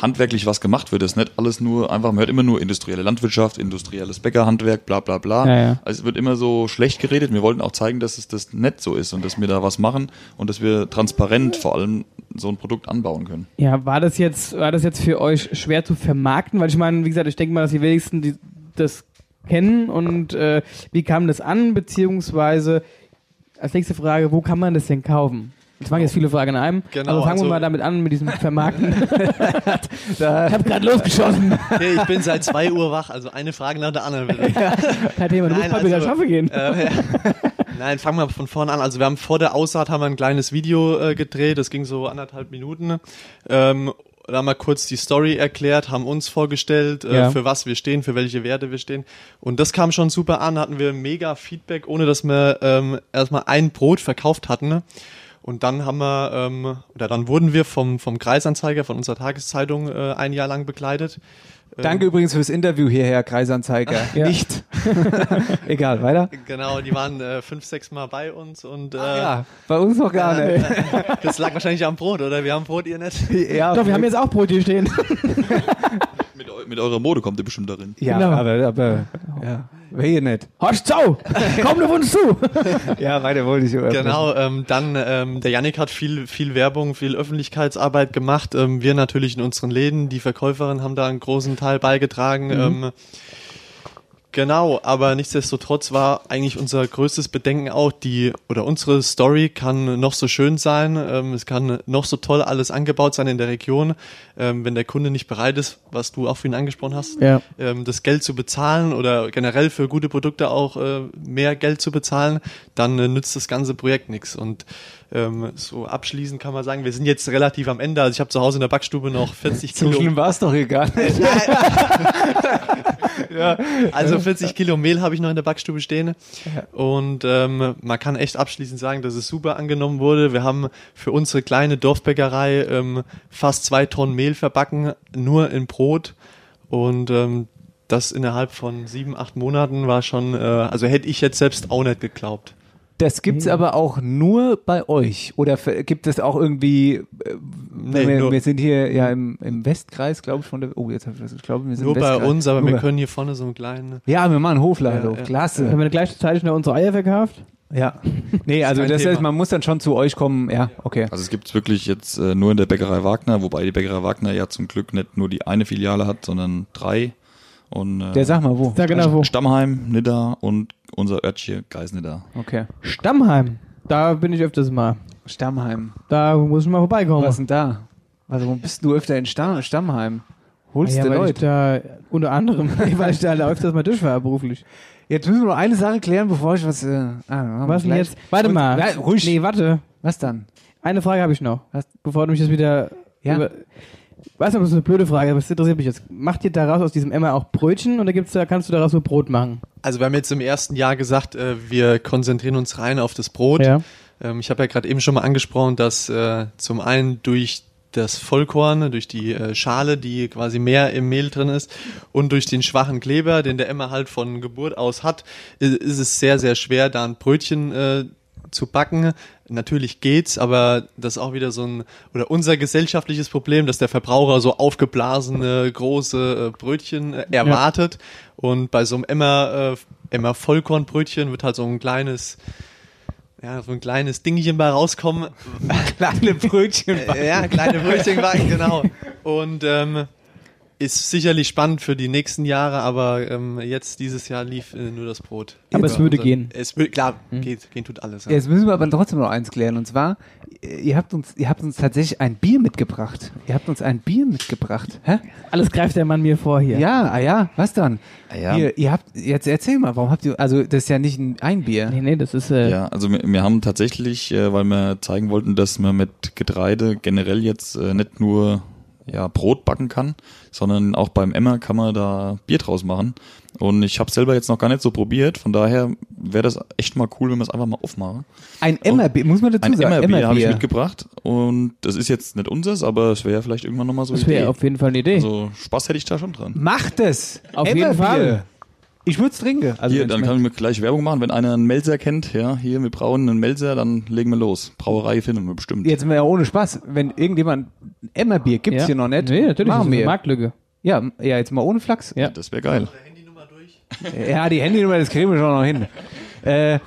handwerklich was gemacht wird. Das ist nicht alles nur, einfach, man hört immer nur industrielle Landwirtschaft, industrielles Bäckerhandwerk, bla bla bla.
Ja, ja.
Also es wird immer so schlecht geredet. Wir wollten auch zeigen, dass es das nicht so ist und dass wir da was machen und dass wir transparent vor allem so ein Produkt anbauen können.
Ja, war das jetzt, war das jetzt für euch schwer zu vermarkten? Weil ich meine, wie gesagt, ich denke mal, dass die wenigsten die, das kennen und äh, wie kam das an? Beziehungsweise als nächste Frage, wo kann man das denn kaufen? Das waren jetzt viele Fragen in einem.
Genau,
also fangen
also-
wir mal damit an mit diesem Vermarkten. ich habe gerade losgeschossen.
Okay, ich bin seit 2 Uhr wach, also eine Frage nach der anderen. wieder.
Kein Thema, du musst
Nein,
mal wieder
also-
Schaffe gehen.
Äh, ja. Nein, fangen wir von vorne an. Also wir haben vor der Aussaat haben wir ein kleines Video äh, gedreht, das ging so anderthalb Minuten. Ähm, da haben wir kurz die Story erklärt, haben uns vorgestellt, äh,
Ja.
für was wir stehen, für welche Werte wir stehen. Und das kam schon super an, hatten wir mega Feedback, ohne dass wir ähm, erstmal ein Brot verkauft hatten. Und dann haben wir, ähm, oder dann wurden wir vom, vom Kreisanzeiger, von unserer Tageszeitung äh, ein Jahr lang begleitet.
Danke übrigens fürs Interview hierher, Kreisanzeiger.
Ja.
Nicht. Egal, weiter.
Genau, die waren äh, fünf, sechs Mal bei uns und äh,
Ah ja, bei uns noch gar nicht.
Das lag wahrscheinlich am Brot, oder? Wir haben Brot, ihr nicht.
Ja,
Doch, wir haben jetzt auch Brot hier stehen.
Mit, eu- mit eurer Mode kommt ihr bestimmt darin.
ja
Genau.
aber, aber ja. wäre hier nicht.
Horsch, zau! Komm auf uns zu!
Ja, weiter wollte ich. überbrechen.
Genau, ähm, dann, ähm, der Yannick hat viel, viel Werbung, viel Öffentlichkeitsarbeit gemacht. Ähm, wir natürlich in unseren Läden, die Verkäuferinnen haben da einen großen Teil beigetragen. Ähm, genau, aber nichtsdestotrotz war eigentlich unser größtes Bedenken auch, die oder unsere Story kann noch so schön sein, ähm, es kann noch so toll alles angebaut sein in der Region. Ähm, wenn der Kunde nicht bereit ist, was du auch vorhin angesprochen hast,
Ja.
ähm, das Geld zu bezahlen oder generell für gute Produkte auch äh, mehr Geld zu bezahlen, dann äh, nützt das ganze Projekt nichts. Und ähm, so abschließend kann man sagen, wir sind jetzt relativ am Ende. Also ich habe zu Hause in der Backstube noch 40
So
Kilo
schlimm war es doch egal.
Also 40 Kilo Mehl habe ich noch in der Backstube stehen. Und ähm, man kann echt abschließend sagen, dass es super angenommen wurde. Wir haben für unsere kleine Dorfbäckerei ähm, fast zwei Tonnen Mehl verbacken, nur in Brot. Und ähm, das innerhalb von sieben, acht Monaten war schon, äh, also hätte ich jetzt selbst auch nicht geglaubt.
Das gibt's aber auch nur bei euch. Oder ver- gibt es auch irgendwie. Äh, wir,
nur-
wir sind hier ja im, im Westkreis, glaube ich, von der. Oh, jetzt habe ich das geglaubt. Wir sind
Nur
im
bei
Westkreis.
uns, aber
Nur
wir
bei-
können hier vorne so einen kleinen.
Ja, wir machen Hofladen.
Ja, ja.
Klasse.
Haben wir gleichzeitig noch unsere Eier verkauft?
Ja. Nee, also
kein
das heißt,
Thema.
man muss dann schon zu euch kommen. Ja, okay.
Also es gibt's wirklich jetzt äh, nur in der Bäckerei Wagner, wobei die Bäckerei Wagner ja zum Glück nicht nur die eine Filiale hat, sondern drei. Und äh,
Der sag mal wo.
Da genau wo.
Stammheim, Nidda und unser Örtchen Geisnidda.
Okay.
Stammheim. Da bin ich öfters mal.
Stammheim.
Da muss ich mal vorbeikommen.
Was ist denn da? Also, wo bist du öfter in Stamm Stammheim? Holst
Ja,
du
weil
Leute?
ich da unter anderem, weil ich da öfters mal durch war beruflich.
Jetzt müssen wir noch eine Sache klären, bevor ich was. Äh, ah, machen wir
Was denn
gleich.
jetzt? Warte
Und-
mal.
Nein, ruhig.
Nee, warte.
Was dann?
Eine Frage habe ich noch.
Was?
Bevor du mich jetzt wieder.
Ja.
Über Weißt du, das ist eine blöde Frage, aber es interessiert mich jetzt. Macht ihr daraus aus diesem Emmer auch Brötchen oder gibt's da, kannst du daraus nur Brot machen?
Also wir haben jetzt im ersten Jahr gesagt, äh, wir konzentrieren uns rein auf das Brot. Ähm, ich habe ja gerade eben schon mal angesprochen, dass äh, zum einen durch das Vollkorn, durch die äh, Schale, die quasi mehr im Mehl drin ist und durch den schwachen Kleber, den der Emma halt von Geburt aus hat, i- ist es sehr, sehr schwer, da ein Brötchen äh, zu backen. Natürlich geht's, aber das ist auch wieder so ein, oder unser gesellschaftliches Problem, dass der Verbraucher so aufgeblasene, große äh, Brötchen äh, erwartet. Und bei so einem Emmer, äh, Emmer Vollkornbrötchen wird halt so ein kleines, ja, so ein kleines Dingchen mal rauskommen.
Kleine Brötchen.
Äh,
Äh, ja, kleine Brötchen backen, genau. Und, ähm, ist sicherlich spannend für die nächsten Jahre, aber ähm, jetzt dieses Jahr lief äh, nur das Brot.
Aber es
Über
würde
unser-
gehen. Hm.
Es würde klar, geht, gehen tut alles. Ja.
Jetzt müssen wir aber trotzdem noch eins klären. Und zwar, ihr habt uns, ihr habt uns tatsächlich ein Bier mitgebracht. Ihr habt uns ein Bier mitgebracht. Hä?
Alles greift der Mann mir vor hier.
Ja, ah ja, was dann?
ja.
Ihr, ihr habt, jetzt erzähl mal, warum habt ihr, also das ist ja nicht ein, ein Bier.
Nee, nee, das ist. Äh,
Ja, also wir, wir haben tatsächlich, äh, weil wir zeigen wollten, dass man mit Getreide generell jetzt äh, nicht nur ja, Brot backen kann, sondern auch beim Emmer kann man da Bier draus machen. Und ich habe selber jetzt noch gar nicht so probiert, von daher wäre das echt mal cool, wenn wir es einfach mal aufmachen.
Ein Emmerbier, muss man dazu
Ein
sagen.
Emmerbier habe ich mitgebracht und das ist jetzt nicht unseres, aber es wäre ja vielleicht irgendwann nochmal so
das
eine Idee.
wäre auf jeden Fall eine Idee.
Also Spaß hätte ich da schon dran.
Macht es!
Auf jeden Fall.
Ich würde es trinken. Also
hier,
wenn's
dann
schmeckt.
kann ich mir gleich Werbung machen. Wenn einer einen Melzer kennt, ja, hier, wir brauen einen Melzer, dann legen wir los. Brauerei finden wir bestimmt.
Jetzt mal ja ohne Spaß, wenn irgendjemand ein Emmerbier gibt es
ja.
hier noch nicht,
Nee, natürlich.
machen
das ist eine
wir.
Marktlücke.
Ja, m- ja, jetzt mal ohne Flachs.
Ja.
Das wäre geil.
Ja, die Handynummer, das kriegen wir schon noch hin. Äh,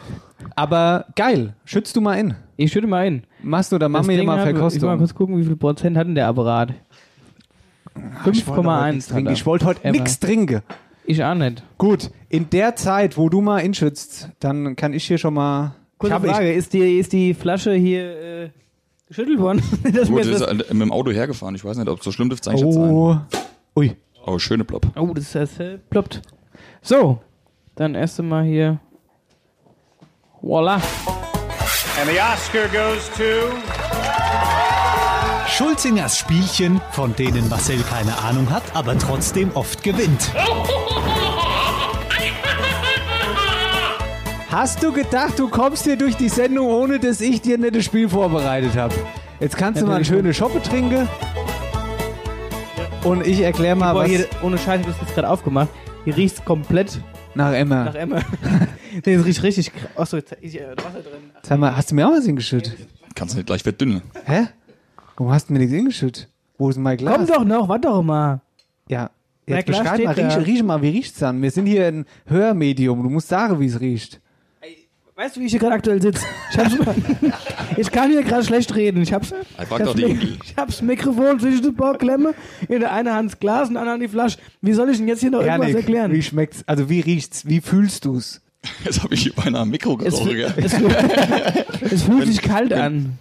aber geil, schützt du mal in.
Ich schütte mal ein.
Machst du da
Das
machen wir hier
Ding
mal
hat- Ich will mal
Verkostung. Ah,
kurz gucken, wie viel Prozent hat denn der Apparat? 5,1. hat er.
Ich wollte heute
Emma.
nichts trinken.
Ich auch nicht.
Gut, in der Zeit, wo du mal inschützt, dann kann ich hier schon mal.
Kurze
ich hab-
Frage, ist, die, ist die Flasche hier äh, geschüttelt worden? das
Gut,
mir
das
das
ist äh, mit dem Auto hergefahren. Ich weiß nicht, ob es so schlimm dürfte es
Ich,
eigentlich nicht
oh. Ui.
sein. Oh, schöne Blob.
oh, das ist das, äh, ploppt. So, dann erst einmal hier. Voila.
Schulzingers Spielchen, von denen Marcel keine Ahnung hat, aber trotzdem oft gewinnt.
Hast du gedacht, du kommst hier durch die Sendung, ohne dass ich dir ein nettes Spiel vorbereitet habe? Jetzt kannst du mal eine
Natürlich.
schöne Schoppe trinken. Und ich erkläre mal,
Boah,
Ah, was
hier, ohne Scheiße, das ist gerade aufgemacht. Hier riecht es komplett
nach
nach
Emma.
Emma. nee, das riecht richtig krass. Achso, jetzt ist hier Wasser drin.
Sag mal, hast du mir auch was hingeschüttet?
Kannst nicht gleich verdünnen.
Hä? Warum hast du mir nichts hingeschüttet? Wo ist denn mein Glas?
Komm doch noch, warte doch mal.
Ja.
Na
Jetzt
klar,
beschreib
steht
mal,
da.
riech, riech mal, wie riecht's dann? Wir sind hier ein Hörmedium, du musst sagen, wie es riecht.
Weißt du, wie ich hier gerade aktuell sitze? Ich, hab's- ich kann hier gerade schlecht reden. Ich hab's,
Ich
ich
doch
hab's,
die,
Mi- ich hab's Mikrofon zwischen den Bauchklemme, in der einen Hand das Glas, in der anderen die Flasche. Wie soll ich denn jetzt hier noch irgendwas
Janik,
erklären?
Wie schmeckt's? Also wie riecht's? Wie fühlst du's?
Jetzt habe ich hier beinahe am Mikro
Es,
gerochen.
fühlt-
gell?
es, fühlt- es fühlt sich kalt an.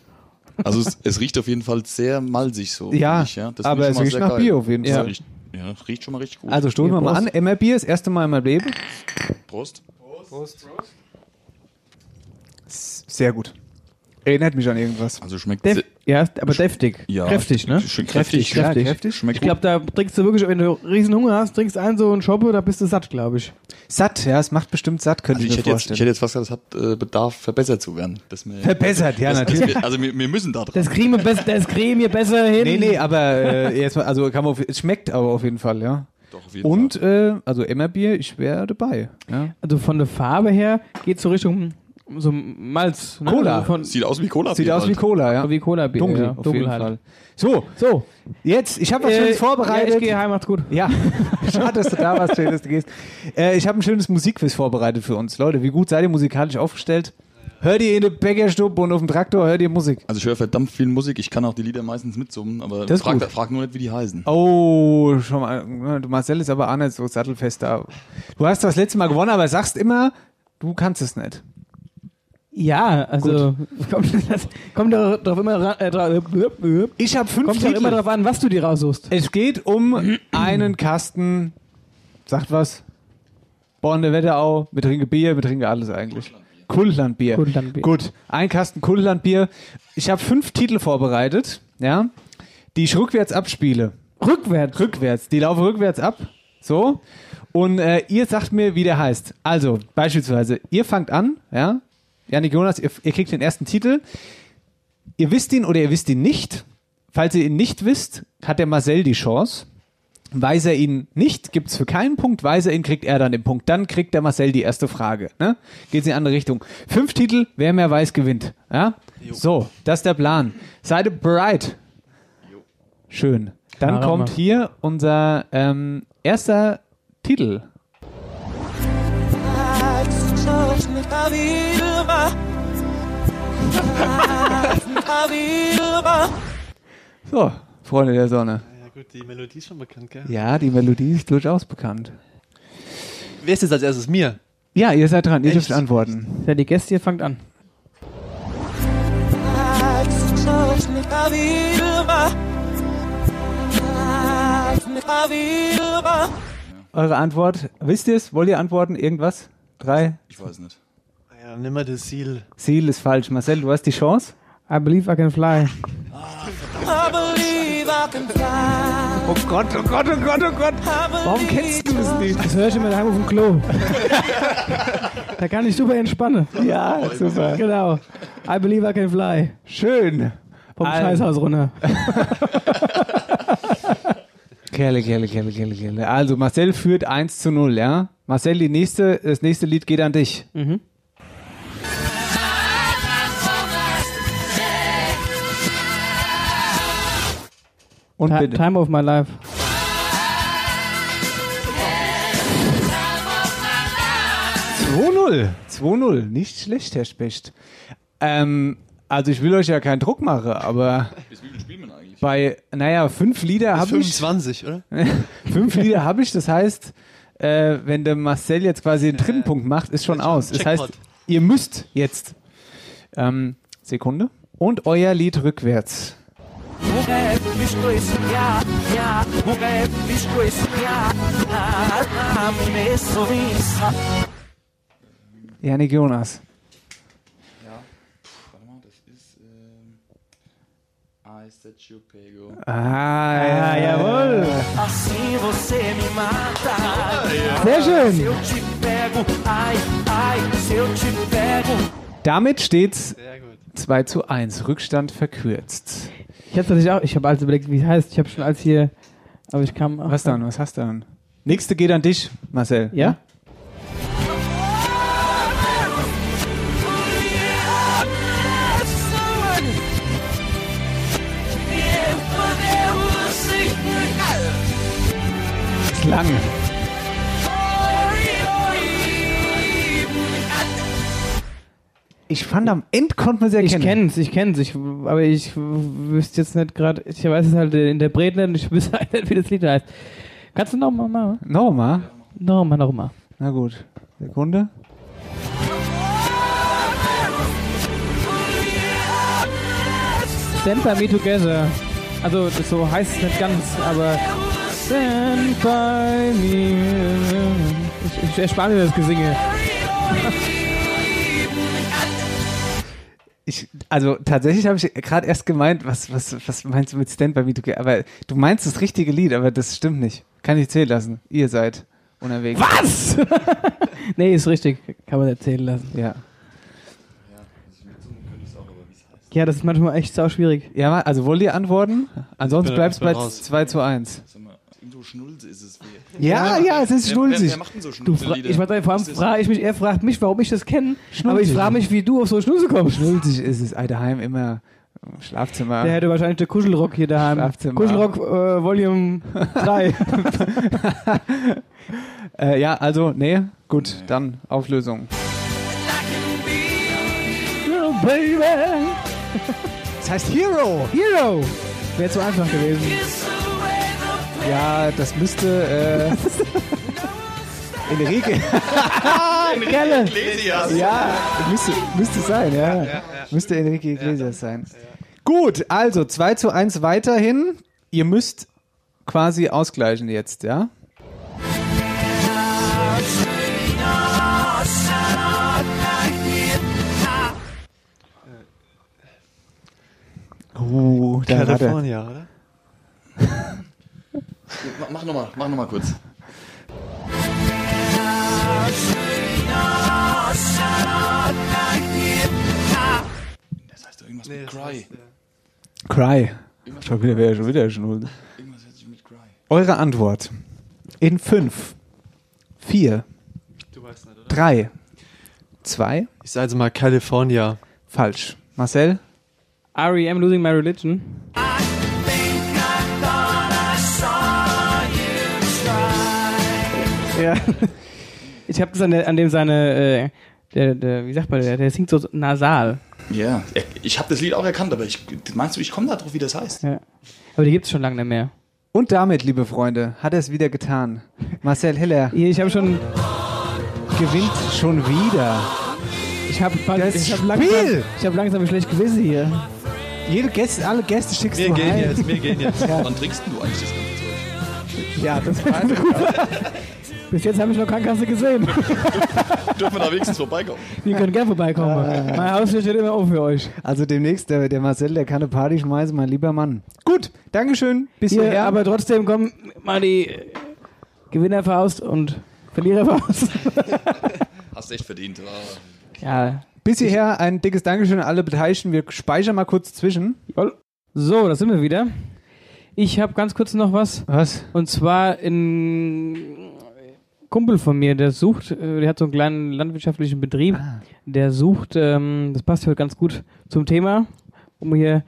Also es, es riecht auf jeden Fall sehr malzig so.
Ja,
finde ich, ja. Das
aber
finde
es
ich
riecht
schon mal sehr
nach
geil.
Bier auf jeden
Ja.
Fall.
Riecht, ja, riecht schon mal richtig gut.
Also stoßen wir mal an.
Prost.
Emmerbier ist das erste Mal in meinem Leben.
Prost.
Sehr gut. Erinnert mich an irgendwas.
Also schmeckt
Def
sehr-
ja, aber deftig.
ja,
Kräftig, ne?
Schön kräftig.
Ja,
kräftig.
kräftig.
Schmeckt
Ich glaube, da trinkst du wirklich, wenn du riesen Hunger hast, trinkst einen so einen Schoppe, da bist du satt, glaube ich.
Satt, ja, es macht bestimmt satt, könnte
Also ich,
ich
hätte
mir
jetzt, ich hätte
vorstellen.
jetzt fast gesagt, es hat äh, Bedarf, verbessert zu werden. Dass wir,
Verbessert, ja,
dass- dass
natürlich.
Wir, also wir, wir müssen da dran.
Das kriegen wir, besser, das kriegen wir besser hin.
Nee, nee, aber äh, jetzt mal, also kann man auf, es schmeckt aber auf jeden Fall, ja.
Doch, auf jeden
Und, äh, also Emmerbier, ich wäre dabei. Ja.
Also von der Farbe her geht so Richtung so Malz. Ne?
Cola.
Also von,
Fall. Sieht aus wie Cola.
Sieht aus wie Cola, ja.
wie Cola Bier.
Dunkel,
ja,
auf
dunkel
jeden
halt.
Fall. So,
So, äh,
jetzt, ich habe was Schönes
Ja,
vorbereitet.
ich gehe heim, macht's gut.
Ja, schade, dass du da warst, schön, dass du gehst. Äh, ich habe ein schönes Musikquiz vorbereitet für uns. Leute, wie gut seid ihr musikalisch aufgestellt? Hört ihr in der Bäckerstube und auf dem Traktor hört ihr Musik?
Also ich höre verdammt viel Musik. Ich kann auch die Lieder meistens mitsummen, aber
Das ist
frag,
gut.
frag nur nicht, wie die heißen.
Oh, schon mal. Du Marcel ist aber auch nicht so sattelfest da. Du hast das letzte Mal gewonnen, aber sagst immer, du kannst es nicht.
Ja, also kommt, das, kommt doch, doch immer, ra- äh, dra- äh,
Ich habe fünf
kommt doch immer
Titel.
drauf an, was du dir raussuchst.
Es geht um einen Kasten, sagt was, Bonner Wetterau, wir trinken Bier, wir trinken alles eigentlich. Kultlandbier.
Kultlandbier.
Gut, ein Kasten Kultlandbier. Ich habe fünf Titel vorbereitet, ja, die ich rückwärts abspiele.
Rückwärts.
Rückwärts, die laufen rückwärts ab, so. Und äh, ihr sagt mir, wie der heißt. Also, beispielsweise, ihr fangt an, ja, Janik Jonas, ihr, ihr kriegt den ersten Titel. Ihr wisst ihn oder ihr wisst ihn nicht. Falls ihr ihn nicht wisst, hat der Marcel die Chance. Weiß er ihn nicht, gibt's für keinen Punkt. Weiß er ihn, kriegt er dann den Punkt. Dann kriegt der Marcel die erste Frage. Ne? Geht's in die andere Richtung. Fünf Titel, wer mehr weiß, gewinnt. Ja? So, das ist der Plan. Seid ihr bereit? Schön. Dann
Knarre
kommt
mal.
hier unser ähm, erster Titel. So, Freunde der Sonne.
Ja gut, die Melodie ist schon bekannt, gell?
Ja, die Melodie ist durchaus bekannt.
Wer ist jetzt als erstes? Mir.
Ja, ihr seid dran, ihr
Echt?
dürft antworten.
Ja, die Gäste hier fangt an.
Eure Antwort, wisst ihr es? Wollt ihr antworten? Irgendwas? Drei?
Ich weiß nicht.
Ah Ja, nimm mal das Ziel.
Ziel ist falsch. Marcel, du hast die Chance.
I believe I can fly.
Oh Gott, oh Gott, oh Gott, oh Gott. Warum kennst du es nicht?
Das höre ich immer daheim auf dem Klo. da kann ich super entspannen.
Ja, super.
Genau. I believe I can fly.
Schön.
Vom
Alter.
Scheißhaus runter.
Kerle, Kerle, Kerle, Kerle, Kerle. Also Marcel führt 1 zu 0, ja? Marcel, die nächste, das nächste Lied geht an dich. Und
Ti-
bitte.
Time of my life.
Time. 2-0. 2-0. Nicht schlecht, Herr Specht. Ähm, also ich will euch ja keinen Druck machen, aber
Bis wie viel spielen wir eigentlich?
bei, naja, fünf Lieder habe ich.
25, oder?
Fünf Lieder habe ich, das heißt, äh, wenn der Marcel jetzt quasi den dritten Punkt macht, Äh, ist schon aus. Das heißt,
Jackpot.
ihr müsst jetzt. Ähm, Sekunde. Und euer Lied rückwärts. Janik Jonas.
Warte mal, das ist. Ähm, I set you pego.
Ah, ja, jawohl.
Sehr schön.
Damit steht's
Sehr gut.
2 zu 1. Rückstand verkürzt.
Ich hatte tatsächlich auch, ich habe alles überlegt, wie es heißt. Ich habe schon als hier, aber ich kam.
Was dann? Was hast du dann? Nächste geht an dich, Marcel.
Ja?
Ist lang. Ich fand am Ende konnte man sie
Ich
erkennen.
kenn's, ich kenn's, ich, aber ich wüsste jetzt nicht gerade, ich weiß es halt in der Bremen und ich wüsste halt nicht, wie das Lied heißt. Kannst du nochmal machen?
Nochmal.
Nochmal, nochmal.
Na gut. Sekunde.
Stand by me together. Also das so heißt es nicht ganz, aber Stand by me. Ich, ich erspare mir das Gesinge.
Ich, also tatsächlich habe ich gerade erst gemeint, was, was, was meinst du mit Stand by Me to Get? Aber du meinst das richtige Lied, aber das stimmt nicht. Kann ich zählen lassen. Ihr seid unterwegs.
Was? nee, ist richtig. Kann man erzählen lassen.
Ja.
Ja, das ist manchmal echt sau schwierig.
Ja, ma- also wollt ihr antworten?
Ich
Ansonsten
bin-
bleibt es
ich bin
bei
raus.
2 zu 1.
Sag mal, so Schnulze ist es. Wer,
Ja, ja, es ist
wer,
schnulzig.
wer macht denn so
Du fra-
Schnulze-Lieder?
ich meine, vor allem
Ist das-
frage ich mich, er fragt mich, warum ich das kenne, aber ich
Schnulzig.
frage mich, wie du auf so eine Schnuse kommst.
Schnulzig ist es. Daheim immer im Schlafzimmer.
Der hätte wahrscheinlich den Kuschelrock hier daheim.
Schlafzimmer.
Kuschelrock äh, Volume 3.
Äh, ja, also, nee, gut, dann Auflösung.
Hero, baby!
Das heißt Hero.
Hero! Wäre zu einfach gewesen.
Ja, das müsste äh, Enrique.
Gelle!
Ja, müsste, müsste sein, ja. Müsste Enrique Iglesias sein. Gut, also 2 zu 1 weiterhin. Ihr müsst quasi ausgleichen jetzt, ja? Uh, da hat er.
California, oder?
Ma- Mach nochmal, mach nochmal kurz. Das heißt doch irgendwas mit Cry.
Cry. Schon wieder, wäre schon wieder schon.
Irgendwas hört sich mit Cry.
Eure Antwort. In fünf, vier,
Du weißt nicht, oder?
drei, zwei.
Ich sage jetzt mal California.
Falsch. Marcel?
R.E.M. Losing My Religion. Ja. Ich habe das an, der, an dem seine, äh, der, der, wie sagt man, der, der singt so nasal.
Ja, Äh, ich habe das Lied auch erkannt, aber ich, meinst du, ich komme da drauf, wie das heißt?
Ja. Aber die gibt's schon lange nicht mehr.
Und damit, liebe Freunde, hat er es wieder getan. Marcel Heller
Hier, Ich habe schon,
gewinnt schon wieder.
ich habe
Das
ich hab
Spiel!
langsam, ich hab langsam schlecht gewesen hier.
Jede Gäste, alle Gäste schickst
Wir
du
gehen
heim.
jetzt, wir gehen jetzt.
Wann trinkst denn du eigentlich das Ganze?
Ja, das
Bis jetzt habe ich noch Krankenkasse gesehen.
Dürfen wir da wenigstens vorbeikommen?
Wir können gerne vorbeikommen.
Ah.
Mein Haustür steht immer offen für euch.
also demnächst, der, der Marcel, der kann eine Party schmeißen, mein lieber Mann. Gut, Dankeschön. Bis
Hier,
hierher.
aber trotzdem kommen mal die äh, Gewinnerfaust und Verliererfaust.
Hast echt verdient.
ja.
Bis hierher ein dickes Dankeschön an alle Beteiligten. Wir speichern mal kurz zwischen.
Jawohl. So, da sind wir wieder. Ich habe ganz kurz noch was.
Was?
Und zwar ein Kumpel von mir, der sucht, äh, der hat so einen kleinen landwirtschaftlichen Betrieb, der sucht, ähm, das passt heute ganz gut zum Thema, wo wir hier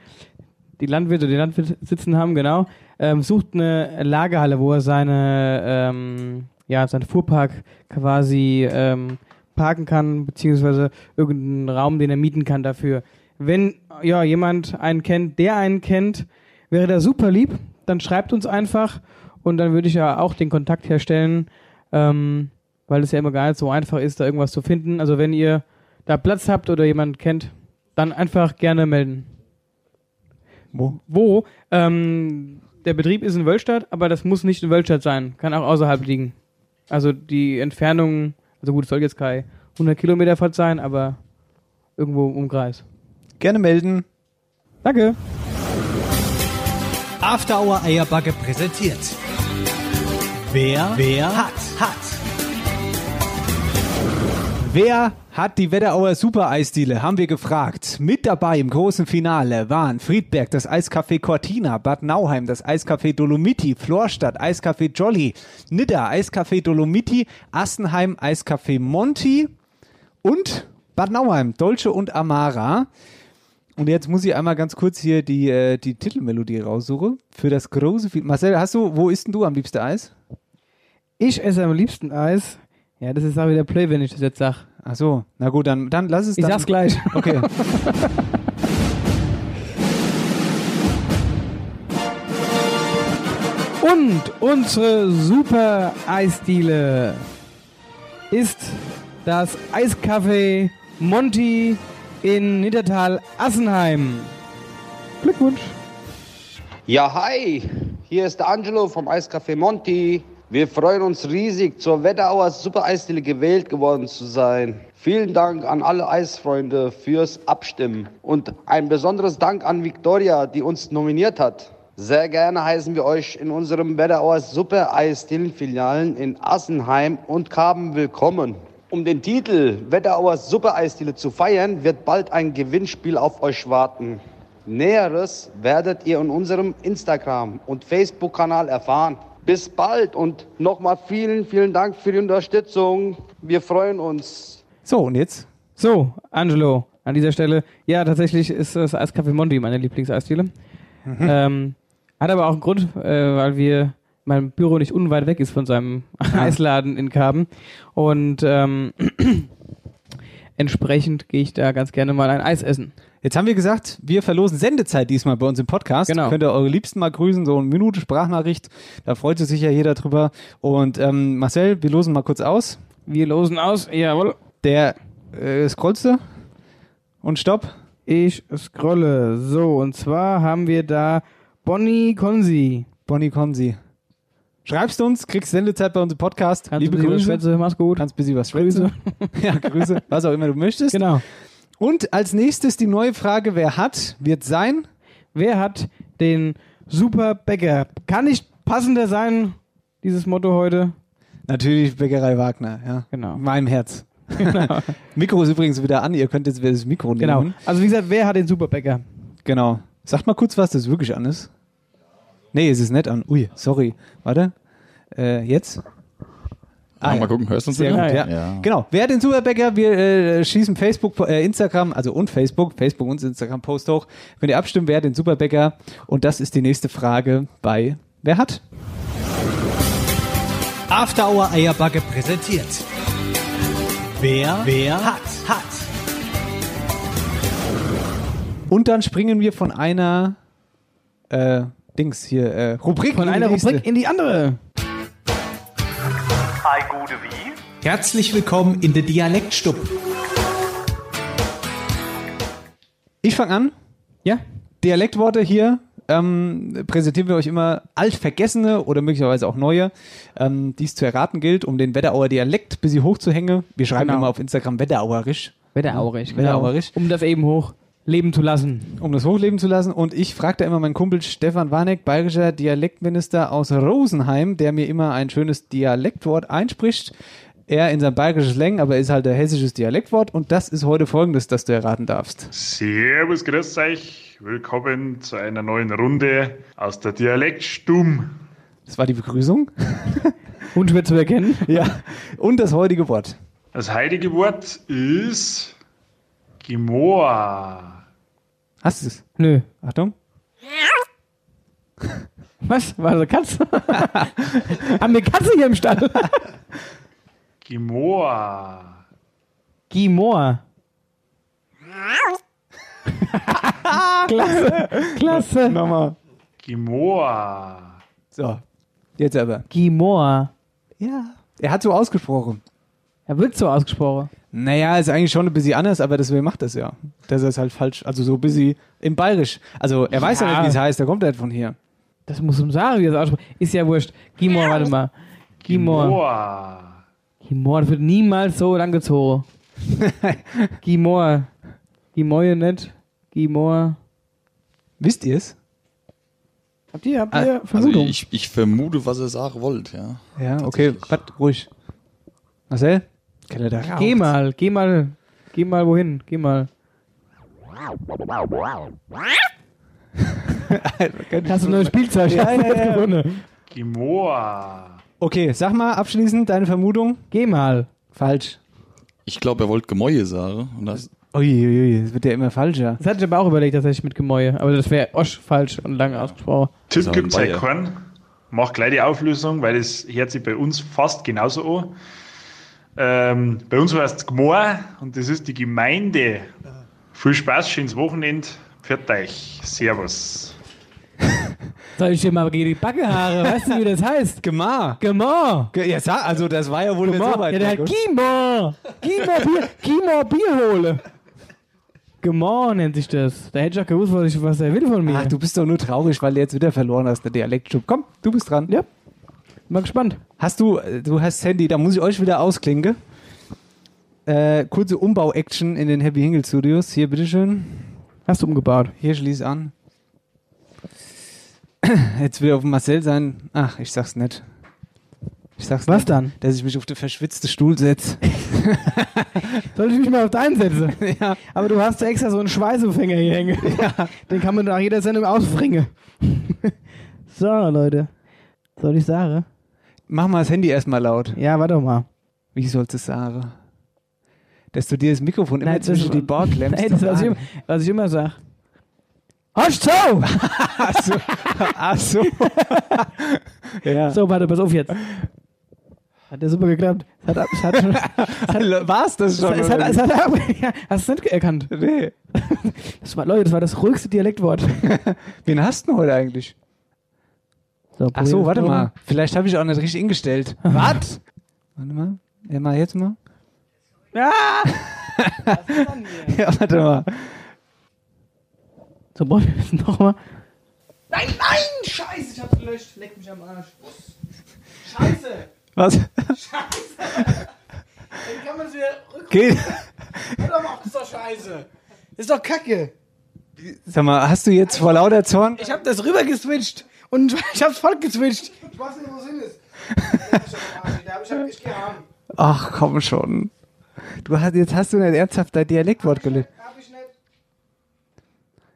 die Landwirte, die Landwirte sitzen haben, genau, ähm, sucht eine Lagerhalle, wo er seine, ähm, ja, seinen Fuhrpark quasi ähm, parken kann, beziehungsweise irgendeinen Raum, den er mieten kann dafür. Wenn ja, jemand einen kennt, der einen kennt, wäre da super lieb, dann schreibt uns einfach und dann würde ich ja auch den Kontakt herstellen, ähm, weil es ja immer gar nicht so einfach ist, da irgendwas zu finden. Also wenn ihr da Platz habt oder jemanden kennt, dann einfach gerne melden.
Wo?
Wo? Ähm, der Betrieb ist in Wölstadt, aber das muss nicht in Wölstadt sein. Kann auch außerhalb liegen. Also die Entfernung, also gut, es soll jetzt kein 100 Kilometer Fahrt sein, aber irgendwo im Umkreis.
Gerne melden.
Danke.
After Hour Eierbacke präsentiert. Wer, wer hat, hat.
Wer hat die Wetterauer Super Eisdiele? Haben wir gefragt. Mit dabei im großen Finale waren Friedberg, das Eiscafé Cortina, Bad Nauheim, das Eiscafé Dolomiti, Florstadt, Eiscafé Jolly, Nidda, Eiscafé Dolomiti, Assenheim, Eiscafé Monti und Bad Nauheim, Dolce und Amara. Und jetzt muss ich einmal ganz kurz hier die, äh, die Titelmelodie raussuchen für das große Finale. Marcel, hast du, wo isst denn du am liebsten Eis?
Ich esse am liebsten Eis. Ja, das ist auch wieder Play, wenn ich das jetzt sage.
Ach so, na gut, dann, dann lass es
Ich
dann.
sag's gleich.
Okay.
Und unsere super Eisdiele ist das Eiscafé Monti in Niedertal Assenheim. Glückwunsch.
Ja, hi, hier ist der Angelo vom Eiscafé Monti. Wir freuen uns riesig, zur Wetterauer Super Eisdiele gewählt geworden zu sein. Vielen Dank an alle Eisfreunde fürs Abstimmen und ein besonderes Dank an Victoria, die uns nominiert hat. Sehr gerne heißen wir euch in unserem Wetterauer Super Eisdielen-Filialen in Assenheim und Karben willkommen. Um den Titel Wetterauer Suppe Eisdiele zu feiern, wird bald ein Gewinnspiel auf euch warten. Näheres werdet ihr in unserem Instagram- und Facebook-Kanal erfahren. Bis bald und nochmal vielen, vielen Dank für die Unterstützung. Wir freuen uns.
So, und jetzt?
So, Angelo, an dieser Stelle. Ja, tatsächlich ist das Eiscafé Monti meine Lieblingseisdiele. Ähm, hat aber auch einen Grund, äh, weil wir mein Büro nicht unweit weg ist von seinem Eisladen in Karben. Und ähm, entsprechend gehe ich da ganz gerne mal ein Eis essen.
Jetzt haben wir gesagt, wir verlosen Sendezeit diesmal bei uns im Podcast.
Genau.
Könnt ihr eure Liebsten mal grüßen, so eine Minute Sprachnachricht. Da freut sich ja jeder drüber. Und ähm, Marcel, wir losen mal kurz aus.
Wir losen aus. Jawohl.
Der äh, scrollste und stopp.
Ich scrolle. So, und zwar haben wir da Bonnie Konsi.
Bonnie, kommen Sie. Schreibst uns, kriegst Sendezeit bei uns im Podcast.
Kannst
Liebe
du ein bisschen was
Grüße.
schwätzen? Mach's gut.
Kannst ein bisschen was schwätzen. ja, Grüße. Was auch immer du möchtest.
Genau.
Und als nächstes die neue Frage, wer hat, wird sein.
Wer hat den Super Bäcker? Kann nicht passender sein, dieses Motto heute.
Natürlich Bäckerei Wagner, ja.
Genau.
In meinem Herz. Mikro ist übrigens wieder an, ihr könnt jetzt wieder das Mikro
Genau.
nehmen.
Also wie gesagt, wer hat den Super Bäcker?
Genau. Sagt mal kurz, was das wirklich an ist. Nee, es ist nicht an. Ui, sorry. Warte. Äh, jetzt?
Ah, mal gucken, hörst du uns
Sehr
wieder?
gut, ja.
Ja.
Genau. Wer hat den Superbäcker? Wir äh, schießen Facebook, äh, Instagram, also und Facebook, Facebook und Instagram-Post hoch. Könnt ihr abstimmen, wer hat den Superbäcker? Und das ist die nächste Frage bei Wer hat?
After Hour Eierbacke präsentiert. Wer, wer hat, hat.
Und dann springen wir von einer äh, Dings hier, äh, Rubrik.
Von
in die
einer
nächste.
Rubrik in die andere.
Ei gute wie? Herzlich willkommen in der Dialektstub.
Ich fange an.
Ja.
Dialektworte hier ähm, präsentieren wir euch immer altvergessene oder möglicherweise auch neue, ähm, die es zu erraten gilt, um den Wetterauer Dialekt bis sie hochzuhängen. Wir schreiben
Genau.
immer auf Instagram Wetterauerisch.
Wetterauerisch, genau.
Wetterauerisch.
Um das eben hoch leben zu lassen.
um das hochleben zu lassen. Und ich fragte immer meinen Kumpel Stefan Warneck, bayerischer Dialektminister aus Rosenheim, der mir immer ein schönes Dialektwort einspricht. Er in sein bayerisches Längen, aber ist halt ein hessisches Dialektwort. Und das ist heute folgendes, das du erraten darfst.
Servus, grüß euch. Willkommen zu einer neuen Runde aus der Dialektstumm.
Das war die Begrüßung.
Unschwer zu erkennen.
Ja. Und das heutige Wort.
Das heutige Wort ist Gimoa.
Hast du es?
Nö.
Achtung.
Was? War das eine Katze? Haben wir Katze hier im Stall?
Gimoa.
Gimor. Klasse. Klasse.
Nochmal.
Gimoa.
So. Jetzt aber.
Gimor.
Ja. Er hat so ausgesprochen.
Er wird so ausgesprochen.
Naja, ist eigentlich schon ein bisschen anders, aber deswegen macht das ja. Das ist halt falsch. Also so ein bisschen im Bayerisch. Also er weiß ja
Ja.
nicht, wie es heißt. Er kommt halt von hier.
Das muss um sagen, wie das ausspricht. Ist ja wurscht. Gimor, warte mal. Gimor.
Gimoa.
Gimor, das wird niemals so lang gezogen. Gimor. Gimoje nicht. Gimor.
Wisst ihr es?
Habt ihr, habt
Ah,
ihr
Also
Vermutung?
ich, ich vermute, was ihr sagen wollt, ja.
Ja, okay, warte, ruhig. Marcel? Kann er da raus?
geh mal, geh mal. Geh mal wohin, geh mal. Hast du ein neues Spielzeug?
Ja, ja, ja, ja.
gewonnen.
Gimoa.
Okay, sag mal abschließend deine Vermutung.
Geh mal.
Falsch.
Ich glaube, er wollte Gemäue sagen. Und das,
Uiuiui, es wird ja immer falscher.
Das hatte ich aber auch überlegt, tatsächlich mit Gemäue. Aber das wäre Osch falsch und lange ausgesprochen.
So,
Tipp gibt's
Bayer.
ja keinen. Mach gleich die Auflösung, weil das hört sich bei uns fast genauso an. Ähm, bei uns heißt es Gmor und das ist die Gemeinde. Viel Spaß, schönes Wochenende. Pfiat euch. Servus.
Soll ich dir mal gegen die Backehaare? Weißt du, wie das heißt?
Gemar.
Gemor.
Ge- Ja, sag, also das war ja wohl eine
Gemor.
Arbeit.
Ja, der hat Gimor. Gimor Bier, Gimor Bier hole. Gemor nennt sich das. Da hätte ich auch gewusst, was, ich, was er will von mir.
Ach, du bist doch nur traurig, weil du jetzt wieder verloren hast, der Dialektschub. Komm, du bist dran.
Ja. Mal gespannt.
Hast du, äh, du hast Handy, da muss ich euch wieder ausklinken. Äh, kurze Umbau-Action in den Happy Hingle Studios. Hier, bitteschön.
Hast du umgebaut?
Hier, schließ an. Jetzt will er auf den Marcel sein. Ach, ich sag's nicht. Ich sag's
Was
nicht.
dann?
Dass ich mich auf den verschwitzten Stuhl setze.
Soll ich mich mal auf deinen setzen?
ja.
Aber du hast extra so einen Schweißempfänger hier hängen. Den kann man nach jeder Sendung ausfringen. so, Leute. Soll ich sagen?
Mach mal das Handy erstmal laut.
Ja, warte mal.
Wie sollst du es sagen? Dass du dir das Mikrofon immer
Nein, das
zwischen
ist-
die Bar klemmst.
Ey, das,
und
was ich,
an-
immer- was ich immer sag. Hosch zu!
Ach so. Ach so. ja.
So, warte, pass auf jetzt. Hat ja super geklappt. Es hat, ab- es hat, schon-
War's das schon?
es hat,
oder
es hat ab, ja, hast du es nicht erkannt?
wie? nee.
Das war, Leute, das war das ruhigste Dialektwort.
Wen hast du denn heute eigentlich?
So,
Ach so, warte mal. Vielleicht habe ich auch nicht richtig eingestellt. Was? Warte mal. Ja, mal jetzt mal. Ja, warte mal.
So, brauchen wir es nochmal.
Was? Scheiße! Geht.
Ist doch kacke.
Sag mal, hast du jetzt vor lauter Zorn?
Ich hab das rüber geswitcht und ich hab's voll geswitcht. Ich weiß nicht, wo es hin ist. Ich hab mich gehabt.
Ach, komm schon. Du hast, jetzt hast du nicht ernsthaft dein Dialektwort gelöst.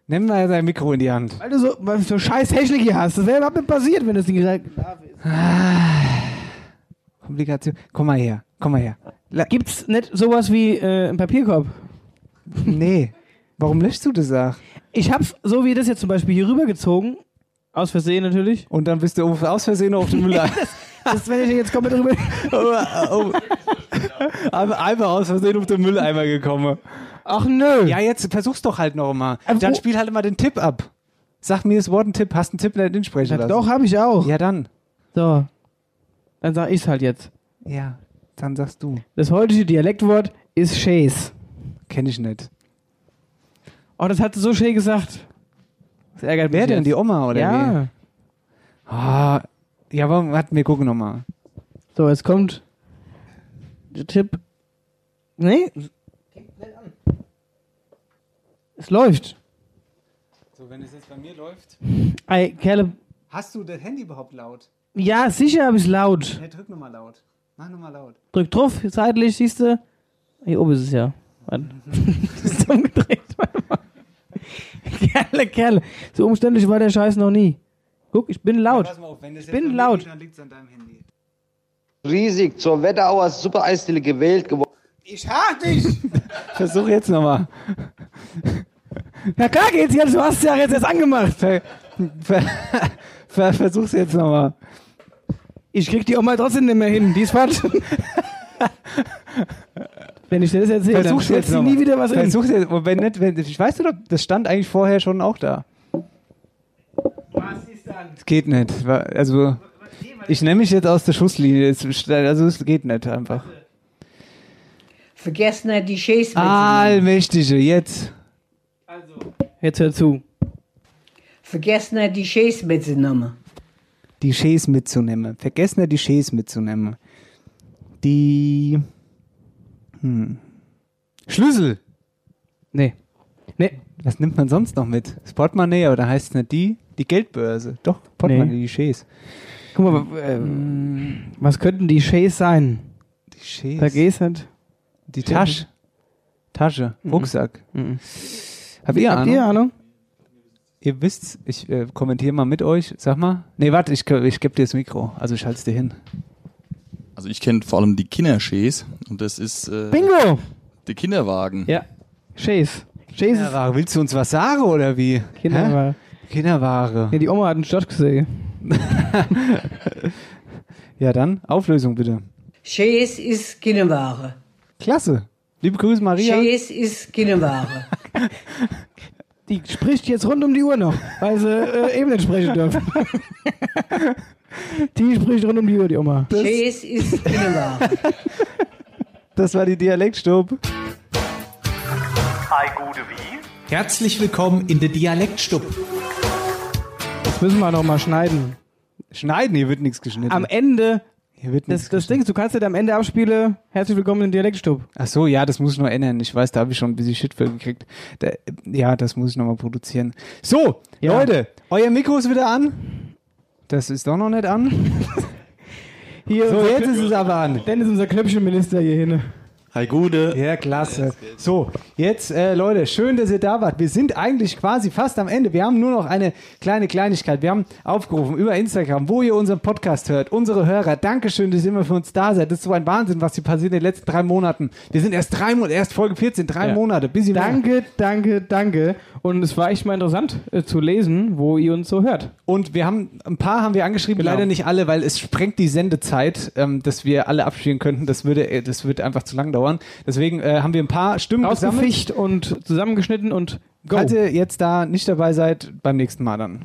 Nimm mal dein Mikro in die Hand.
Weil du so, weil du so scheiß Technik hier hast. Das wäre überhaupt nicht passiert, wenn das Ding gesagt
Komplikation. Komm mal her. Komm mal her.
Gibt's nicht sowas wie äh, einen Papierkorb?
Nee. Warum löschst du das auch?
Ich hab's, so wie das jetzt zum Beispiel hier rübergezogen. Aus Versehen natürlich.
Und dann bist du auf- aus Versehen auf dem Müller.
Das wenn ich jetzt komplett rüber.
Einfach einfach aus Versehen auf den Mülleimer gekommen.
Ach nö.
Ja, jetzt versuch's doch halt noch mal.
Aber
Dann
Äh, wo-
spiel halt immer den Tipp ab. Sag mir das Wort einen Tipp. Hast du einen Tipp nicht hinsprechen
Ja,
lassen?
doch, hab ich auch.
Ja, dann.
So. Dann sag ich's halt jetzt.
Ja, dann sagst du.
Das heutige Dialektwort ist Chase.
Kenn ich nicht.
Oh, das hat sie so schön gesagt. Das ärgert mich.
Wer denn?
jetzt.
Die Oma oder
Ja.
wie? Ah, ja, aber warte, wir gucken noch mal.
So, jetzt kommt der Tipp. Nee? Es läuft.
So, wenn es jetzt bei mir läuft.
Ey, Kerle.
Hast du das Handy überhaupt laut?
Ja, sicher habe ich laut.
Ja, drück nochmal laut. Mach nochmal laut.
Drück drauf, seitlich, siehst du. Hier oben ist es ja. Warte. Das ist umgedreht. Warte mal. Kerle, Kerle. So umständlich war der Scheiß noch nie. Guck, ich bin laut.
mal auf, wenn das
Ich bin laut.
dann liegt es an deinem Handy.
Riesig zur Wetterauer Super-Eisdiele gewählt geworden.
Ich hab dich!
Versuch jetzt nochmal.
Na klar geht's jetzt, du hast es ja jetzt erst angemacht.
Ver, ver, ver, versuch's jetzt nochmal.
Ich krieg die Oma trotzdem nicht mehr hin, die ist falsch. Wenn ich dir das erzähle, dann
Versuch's jetzt
stellst du
noch
nie
mal.
wieder was in.
Versuch's jetzt. Und Wenn nicht, wenn, ich weiß nicht, ob das stand eigentlich vorher schon auch da.
Was ist dann?
Es geht nicht. Wa- Also, ich nehme mich jetzt aus der Schusslinie. Es st- Also, es geht nicht einfach.
Also,
Vergesst nicht die Schäse.
Ah. Allmächtige, jetzt.
Jetzt hör zu.
Vergesst nicht die Schäse mitzunehmen.
Die Schäs mitzunehmen. Vergesst nicht, die Schäs mitzunehmen. Die. Hm. Schlüssel!
Nee. Nee.
Was nimmt man sonst noch mit? Das Portemonnaie, oder heißt es nicht die? Die Geldbörse. Doch, Portemonnaie,
Nee.
die Schäs.
Guck mal, äh,
Mm.
was könnten die Shays sein?
Die Schäs.
Vergiss halt.
Die Tasche. Tasche, Rucksack. Mhm. Habt ihr
Habt
Ahnung?
ihr Ahnung?
Ihr wisst's, ich äh, kommentiere mal mit euch. Sag mal. Nee, warte, ich, ich gebe dir das Mikro. Also ich halte dir hin.
Also ich kenne vor allem die Kinderschees und das ist äh,
Bingo!
die Kinderwagen.
Ja. Shays. Shays ist
Kinderware. Willst du uns was sagen oder wie?
Kinderware.
Hä? Kinderware.
Nee, die Oma hat einen Stadtgesäge.
Ja, dann Auflösung bitte.
Schäse ist Kinderware.
Klasse. Liebe Grüße, Maria.
Schäse ist Kinderware.
Die spricht jetzt rund um die Uhr noch, weil sie äh, eben nicht sprechen dürfen. die spricht rund um die Uhr, die Oma.
Schäse ist Kinderware.
Das war die Dialektstub.
Hi, gute wie?
Herzlich willkommen in der Dialektstub. Das müssen wir noch mal schneiden.
Schneiden, hier wird nichts geschnitten.
Am Ende,
hier wird
das,
nichts
das Ding, ist, du kannst ja am Ende abspielen, herzlich willkommen in den Dialektstub.
Ach so, ja, das muss ich noch ändern. Ich weiß, da habe ich schon ein bisschen Shit für gekriegt. Da, ja, das muss ich nochmal produzieren. So,
Ja.
Leute, euer Mikro ist wieder an. Das ist doch noch nicht an.
Hier,
So, jetzt ist es aber an.
Dennis, unser Knöpfchenminister hier hin.
Hi Gude.
Ja, klasse. So, jetzt, äh, Leute, schön, dass ihr da wart. Wir sind eigentlich quasi fast am Ende. Wir haben nur noch eine kleine Kleinigkeit. Wir haben aufgerufen über Instagram, wo ihr unseren Podcast hört, unsere Hörer. Dankeschön, dass ihr immer für uns da seid. Das ist so ein Wahnsinn, was hier passiert in den letzten drei Monaten. Wir sind erst drei Monate, erst Folge 14, drei
Ja.
Monate. Bisschen mehr.
Danke, danke, danke. Und es war echt mal interessant äh, zu lesen, wo ihr uns so hört.
Und wir haben, ein paar haben wir angeschrieben,
Genau.
leider nicht alle, weil es sprengt die Sendezeit, ähm, dass wir alle abspielen könnten. Das würde, äh, das wird einfach zu lang dauern. Deswegen äh, haben wir ein paar Stimmen gesammelt.
Ausgeficht und zusammengeschnitten und go.
Falls ihr jetzt da nicht dabei seid, beim nächsten Mal dann.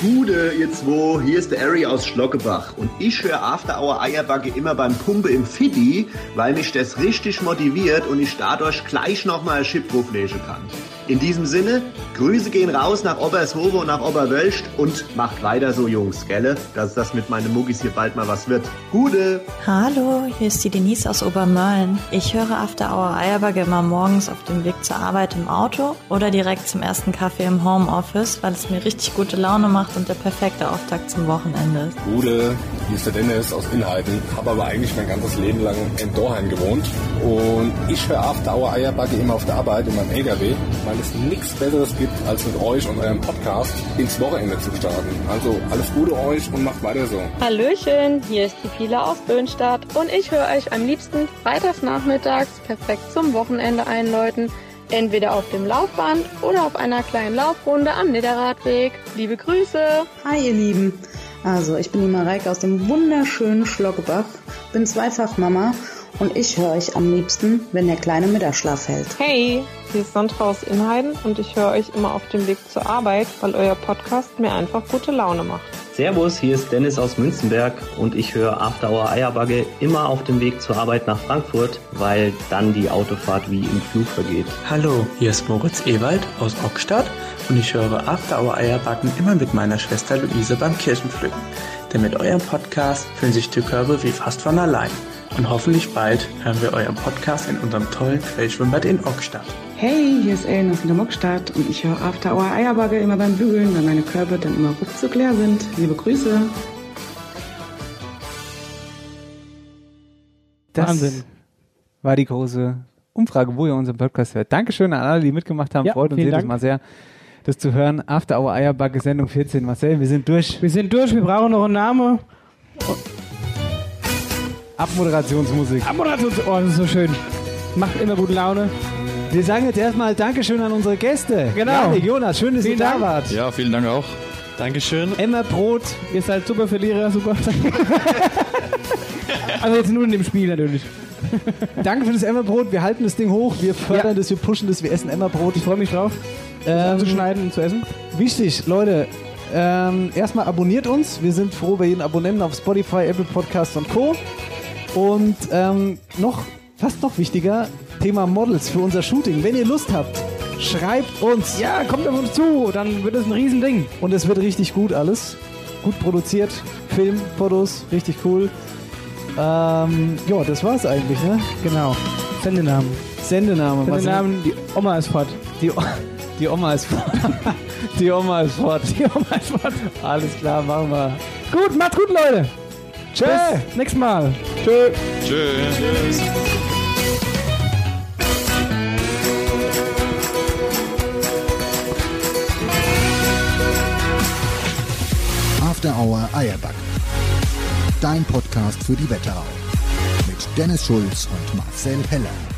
Gude, ihr zwei, hier ist der Harry aus Schlockebach und ich höre After Hour Eierbacke immer beim Pumpe im Fiddy, weil mich das richtig motiviert und ich dadurch gleich nochmal Chip drauflegen kann. In diesem Sinne, Grüße gehen raus nach Obershove und nach Oberwölsch und macht weiter so, Jungs, gelle, dass das mit meinen Muggis hier bald mal was wird. Gude!
Hallo, hier ist die Denise aus Obermölln. Ich höre After Hour Eierbagge immer morgens auf dem Weg zur Arbeit im Auto oder direkt zum ersten Kaffee im Homeoffice, weil es mir richtig gute Laune macht und der perfekte Auftakt zum Wochenende ist.
Gude, hier ist der Dennis aus Inhalten, habe aber eigentlich mein ganzes Leben lang in Dorheim gewohnt. Und ich höre After Hour Eierbacke immer auf der Arbeit in meinem LKW, weil es nichts Besseres gibt, gibt, als mit euch und eurem Podcast ins Wochenende zu starten. Also alles Gute euch und macht weiter so.
Hallöchen, hier ist die Pila aus Böhnstadt und ich höre euch am liebsten freitags nachmittags perfekt zum Wochenende einläuten. Entweder auf dem Laufband oder auf einer kleinen Laufrunde am Niederradweg. Liebe Grüße!
Hi ihr Lieben, also ich bin die Mareike aus dem wunderschönen Schloggebach, bin zweifach Mama und ich höre euch am liebsten, wenn der kleine Mittagsschlaf fällt.
Hey, hier ist Sandra aus Inheiden und ich höre euch immer auf dem Weg zur Arbeit, weil euer Podcast mir einfach gute Laune macht.
Servus, hier ist Dennis aus Münzenberg und ich höre After Hour Eierbagge immer auf dem Weg zur Arbeit nach Frankfurt, weil dann die Autofahrt wie im Flug vergeht.
Hallo, hier ist Moritz Ewald aus Ockstadt und ich höre After Hour Eierbacken immer mit meiner Schwester Luise beim Kirchenpflücken. Denn mit eurem Podcast fühlen sich die Körbe wie fast von allein. Und hoffentlich bald hören wir euren Podcast in unserem tollen Quellschwimmbad in Ockstadt.
Hey, hier ist Ellen aus Niedermuckstadt und ich höre After Hour Eierbagge immer beim Bügeln, weil meine Körbe dann immer ruckzuck leer sind. Liebe Grüße.
Das
Wahnsinn.
war die große Umfrage, wo ihr unseren Podcast hört. Dankeschön an alle, die mitgemacht haben.
Ja,
Freut uns
vielen
jedes
Dank.
Mal sehr, das zu hören. After Hour Eierbacke, Sendung 14. Marcel, wir sind durch.
Wir sind durch, wir brauchen noch einen Namen.
Abmoderationsmusik.
Abmoderations- Oh, das ist so schön. Macht immer gute Laune.
Wir sagen jetzt erstmal Dankeschön an unsere Gäste.
Genau.
Janik, Jonas, schön, dass
Vielen
ihr da
Dank.
wart.
Ja, vielen Dank auch.
Dankeschön.
Emma Brot.
Ihr seid super Verlierer, super. also jetzt nur in dem Spiel natürlich.
Danke für das Emmerbrot. Wir halten das Ding hoch. Wir fördern das, wir pushen das, wir essen Emmerbrot. Ich freue mich drauf. Ähm, zu schneiden und zu essen. Wichtig, Leute. Ähm, erstmal abonniert uns. Wir sind froh über jeden Abonnenten auf Spotify, Apple Podcasts und Co. Und ähm, noch, fast noch wichtiger, Thema Models für unser Shooting. Wenn ihr Lust habt, schreibt uns.
Ja, kommt auf uns zu, dann wird es ein Riesending.
Und es wird richtig gut alles. Gut produziert. Film, Fotos, richtig cool. Ähm, ja, das war's eigentlich, ne? Genau.
Sendenamen.
Sendename.
Mit dem
was- ne?
Namen, die Oma ist fort.
Die, O- die Oma ist fort. Die Oma ist fort. Die Oma ist fort. Alles klar, machen wir.
Gut, macht's gut, Leute. Tschö. Bis nächstes Mal. Tschö.
Tschüss.
After Hour Eierback. Dein Podcast für die Wetterau. Mit Dennis Schulz und Marcel Heller.